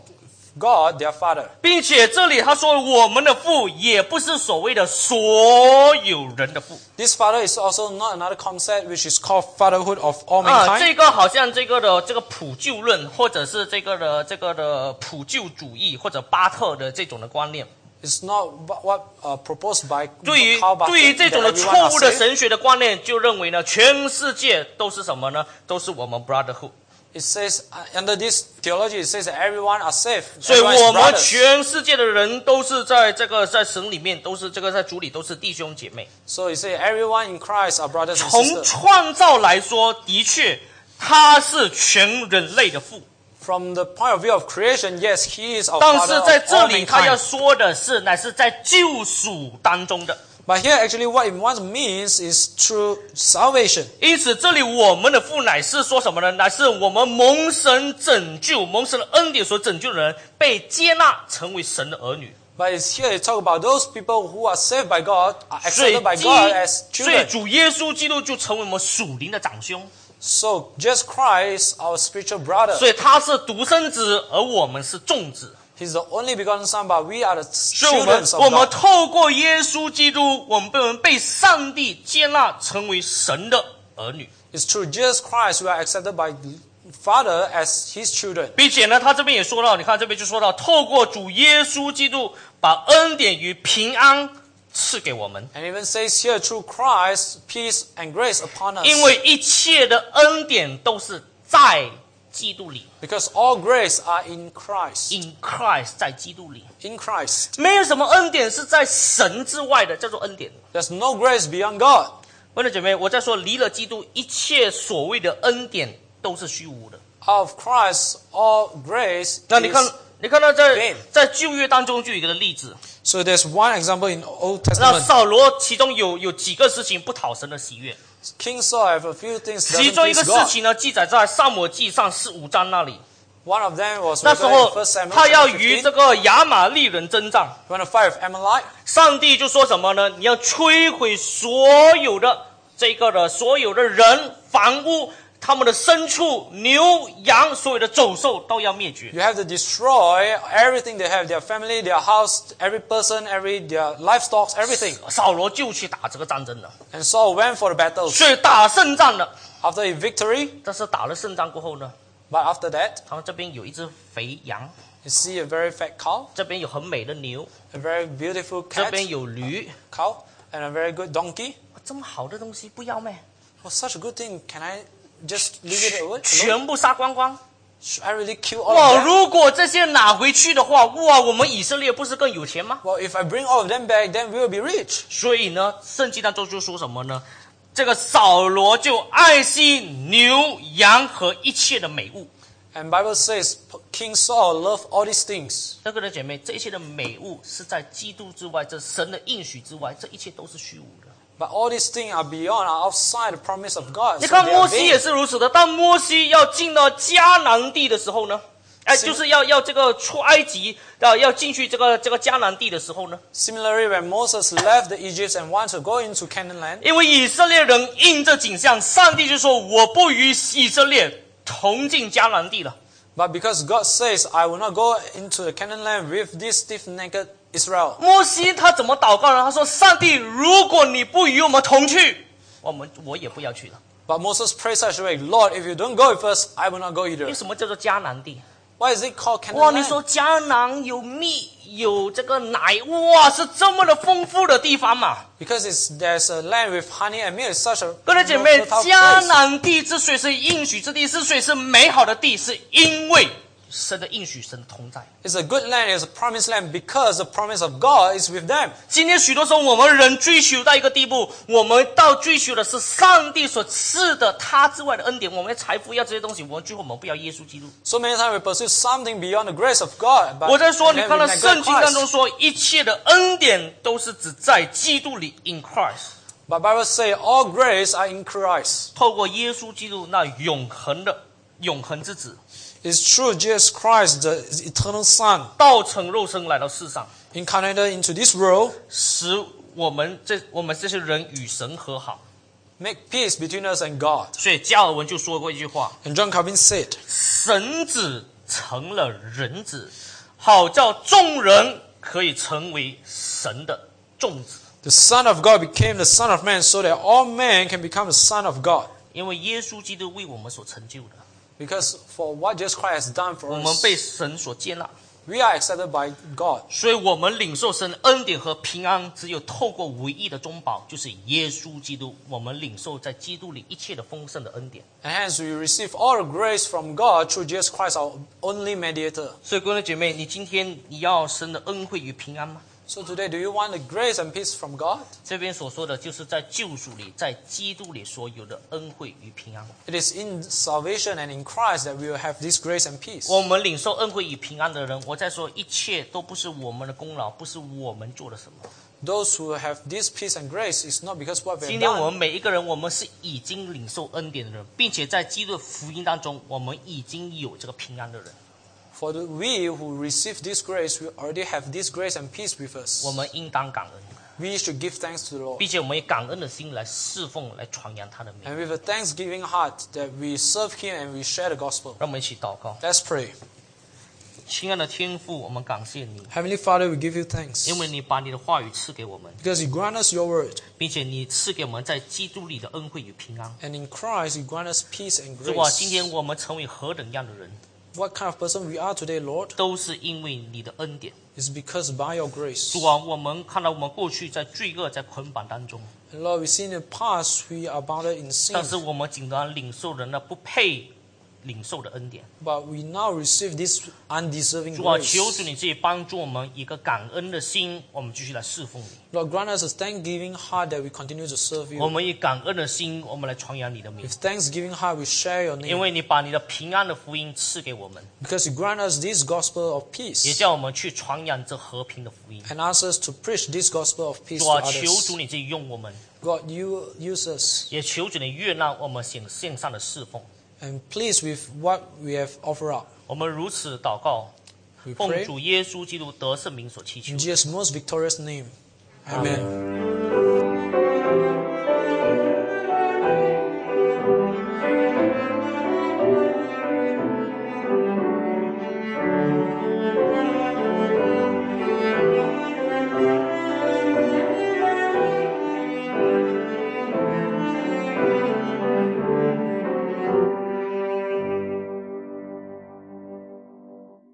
B: God their father.
A: 并且这里他说，我们的父也不是所谓的所有人的父，
B: This father is also not another concept which is called fatherhood of all
A: 啊，
B: mankind.
A: 这个好像这个的这个普救论，或者是这个的这个的普救主义，或者巴特的这种的观念，
B: It's not what, what uh, proposed by
A: 对于
B: Karl
A: 对于
B: Barth
A: 这
B: that
A: 种的
B: everyone
A: 错
B: are
A: 误的
B: saved.
A: 神学的观念，就认为呢，全世界都是什么呢？都是我们 brotherhood，
B: It says uh, under this theology, it says that everyone are safe.
A: 所以
B: Everyone is
A: 我们
B: brothers.
A: 全世界的人都是在这个在神里面，都是这个在主里都是弟兄姐妹。
B: So you say everyone in Christ are brothers and
A: 从
B: sisters.
A: 创造来说，的确他是全人类的父，
B: From the point of view of creation, yes, He is our
A: 但是在
B: Father of
A: 这
B: all
A: 里他要
B: mankind.
A: 说的是，乃是在救赎当中的。
B: But here, actually, what it once means is true salvation.
A: 因此，这里我们的父乃是说什么呢？乃是我们蒙神拯救、蒙神的恩典所拯救的人，被接纳成为神的儿女。
B: But it's here it talk about those people who are saved by God, are
A: 所以
B: accepted by
A: 基，
B: God as
A: 所以
B: children.
A: 主耶稣基督就成为我们属灵的长兄，
B: So just Christ, our spiritual brother,
A: 所以他是独生子，而我们是众子。
B: He's the only begotten Son, but we are the
A: 所以我
B: children
A: 们
B: of
A: 我们
B: God.
A: 透过耶稣基督，我们被我们被上帝接纳成为神的儿女，
B: It's through Jesus Christ we are accepted by Father as His children.
A: 并且呢，他这边也说到，你看这边就说到，透过主耶稣基督把恩典与平安赐给我们。
B: And even says here, through Christ, peace and grace upon us.
A: 因为一切的恩典都是在基督里
B: Because all grace are in Christ.
A: ，in Christ，在基督里，
B: In Christ.
A: 没有什么恩典是在神之外的，叫做恩典。
B: There's no grace beyond God.
A: 为了姐妹，我在说离了基督，一切所谓的恩典都是虚无的。
B: Out of Christ, all grace
A: 那你看
B: is-，
A: 你看到在
B: vain
A: 在旧约当中就有一个例子，
B: So there's one example in Old
A: 那
B: Testament.
A: 扫罗其中有有几个事情不讨神的喜悦，
B: King Saul have a few things
A: 其
B: doesn't
A: 中一个
B: please
A: 事
B: God.
A: 情呢记载在萨摩记上四五章那里，
B: One of them was
A: 那时
B: regarding
A: 候
B: First Samuel
A: 他要
B: chapter
A: 与
B: 15.
A: 这个亚玛利人征战，
B: You want to fight with Amalek?
A: 上帝就说什么呢？你要摧毁所有的这个的所有的人、房屋、他们的牲畜、牛羊，所有的走兽都要灭绝。
B: You have to destroy everything they have, their family, their house, every person, every their livestock, everything.
A: 扫罗就去打这个战争了，
B: And Saul went for the battles.
A: 所以打胜仗了。
B: After a victory,
A: 但是打了胜仗过后呢，
B: but after that,
A: 他们这边有一只肥羊，
B: you see a very fat cow,
A: 这边有很美的牛，
B: a very beautiful
A: 这
B: cat,
A: 边有驴，
B: cow, and a very good donkey.
A: 这么好的东西不要咩？
B: For such a good thing, can I just leave it alone?
A: 全部杀光光！
B: Should I really kill all
A: 哇，
B: of them?
A: 如果这些拿回去的话，哇，我们以色列不是更有钱吗？
B: Well, if I bring all of them back, then we will be rich.
A: 所以呢，圣经当中就说什么呢？这个扫罗就爱惜牛羊和一切的美物。
B: And Bible says King Saul loved all these things.
A: 那个的姐妹，这一切的美物是在基督之外，这神的应许之外，这一切都是虚无的。
B: But all these things are beyond, are outside the promise of God.
A: 你
B: So
A: 看
B: they
A: 摩
B: are
A: 西
B: vain.
A: 也是如此的。当摩西要进到迦南地的时候呢，哎，
B: 是
A: 就是要要这个出埃及，要要进去这个这个迦南地的时候呢，
B: Similarly, when Moses left the Egypt and wanted to go into Canaan land,
A: 因为以色列人应这景象，上帝就说：“我不与以色列同进迦南地了。”
B: but because God says, I will not go into the Canaan land with this stiff-necked Israel.
A: 摩西他怎么祷告呢？他说：“上帝，如果你不与我们同去，我们我也不要去了。
B: But Moses prayed such a way, Lord, if you don't go with us, I will not go ” either.
A: 为什么叫做迦南地？
B: Why is it called Canaan
A: 哇，你
B: land?
A: 说迦南有蜜有这个奶，哇，是这么的丰富的地方嘛？
B: Because it's, there's a land with honey and milk. It's such a
A: 各位姐妹，
B: fertile
A: 迦
B: place.
A: 南地之所以是应许之地，之所以是美好的地，是因为神的应许，神的同在。
B: It's a good land, it's a promised land because the promise of God is with them.
A: 今天许多时候，我们人追求到一个地步，我们到追求的是上帝所赐的他之外的恩典，我们的财富要这些东西，我们最后我们不要耶稣基督。
B: So many times we pursue something beyond the grace of God. But
A: 我在说，
B: and
A: 你
B: then
A: 看
B: we
A: 到
B: neglect
A: 圣经当中
B: Christ.
A: 说，一切的恩典都是只在基督里 in Christ，
B: But Bible say all grace are in Christ.
A: 透过耶稣基督那永恒的永恒之子，
B: It's true, Jesus Christ, the eternal Son,
A: 道成肉身来到世上，
B: incarnated into this world,
A: 使我们这我们这些人与神和好。
B: make peace between us and God.
A: 所以加尔文就说过一句话：
B: And John Calvin said,
A: 神子成了人子，好叫众人可以成为神的众子。
B: The Son of God became the Son of Man so that all men can become the Son of God.
A: 因为耶稣基督为我们所成就的，
B: Because for what Jesus Christ has done for
A: 我们
B: us,
A: 被神所接纳。
B: we are accepted by God.
A: 所以我们领受神恩典和平安，只有透过唯一的中保，就是耶稣基督，我们领受在基督里一切的丰盛的恩典。
B: And hence we receive all grace from God through Jesus Christ, our only mediator.
A: 所以，各位姐妹，你今天你要神的恩惠与平安吗？
B: So today, do you want the grace and peace from God?
A: 这边所说的就是在救赎里，在基督里所有的恩惠与平安。
B: It is in salvation and in Christ that we will have this grace and peace.
A: 我们领受恩惠与平安的人，我在说，一切都不是我们的功劳，不是我们做了什么。
B: Those who have this peace and grace is not because what we
A: 今
B: have
A: 天我
B: done.
A: 们每一个人，我们是已经领受恩典的人，并且在基督的福音当中，我们已经有这个平安的人。
B: For the, we who receive this grace, we already have this grace and peace with
A: 我
B: us.
A: 们应当感恩，
B: We should give thanks to the Lord.
A: 并且我们以感恩的心来侍奉、来传扬他的名。
B: And with a thanksgiving heart that we serve Him and we share the gospel.
A: 让我们一起祷告，
B: Let's pray.
A: 亲爱的天父，我们感谢你，
B: Heavenly Father, we give you thanks.
A: 因为你把你的话语赐给我们，
B: Because you grant us your word.
A: 并且你赐给我们在基督里的恩惠与平安。
B: And in Christ, you grant us peace and
A: 主啊，今
B: grace.
A: 天我们成为何等样的人，
B: What kind of person we are today, Lord,
A: 都是因为你的恩典。
B: is because by your grace.
A: 主啊，我们看到我们过去在罪恶、在捆绑当中，
B: And Lord, we see in the past we are bounded in sin.
A: 但是我们竟然领受人的不配领受的恩典。
B: But we now receive this undeserving
A: 主啊，求主
B: grace.
A: 你自己帮助我们一个感恩的心，我们继续来侍奉你。
B: Lord, grant us a thanksgiving heart that we continue to serve
A: 我
B: you.
A: 们以感恩的心，我们来传扬你的名
B: With，thanksgiving heart, we share your
A: 因
B: name
A: 为你把你的平安的福音赐给我们，
B: because you grant us this gospel of
A: 也
B: peace
A: 叫我们去传扬这和平的福音。
B: and ask us to preach this gospel of peace
A: 主
B: to
A: 啊，求
B: others.
A: 主你自己用我们，
B: God, you use us
A: 也求主你悦纳我们献献上的侍奉。
B: and please with what we have offered up.
A: 我们如此祷告，
B: We
A: 奉
B: pray
A: 主耶稣基督得圣名所祈求
B: in。Jesus' most victorious name. Amen.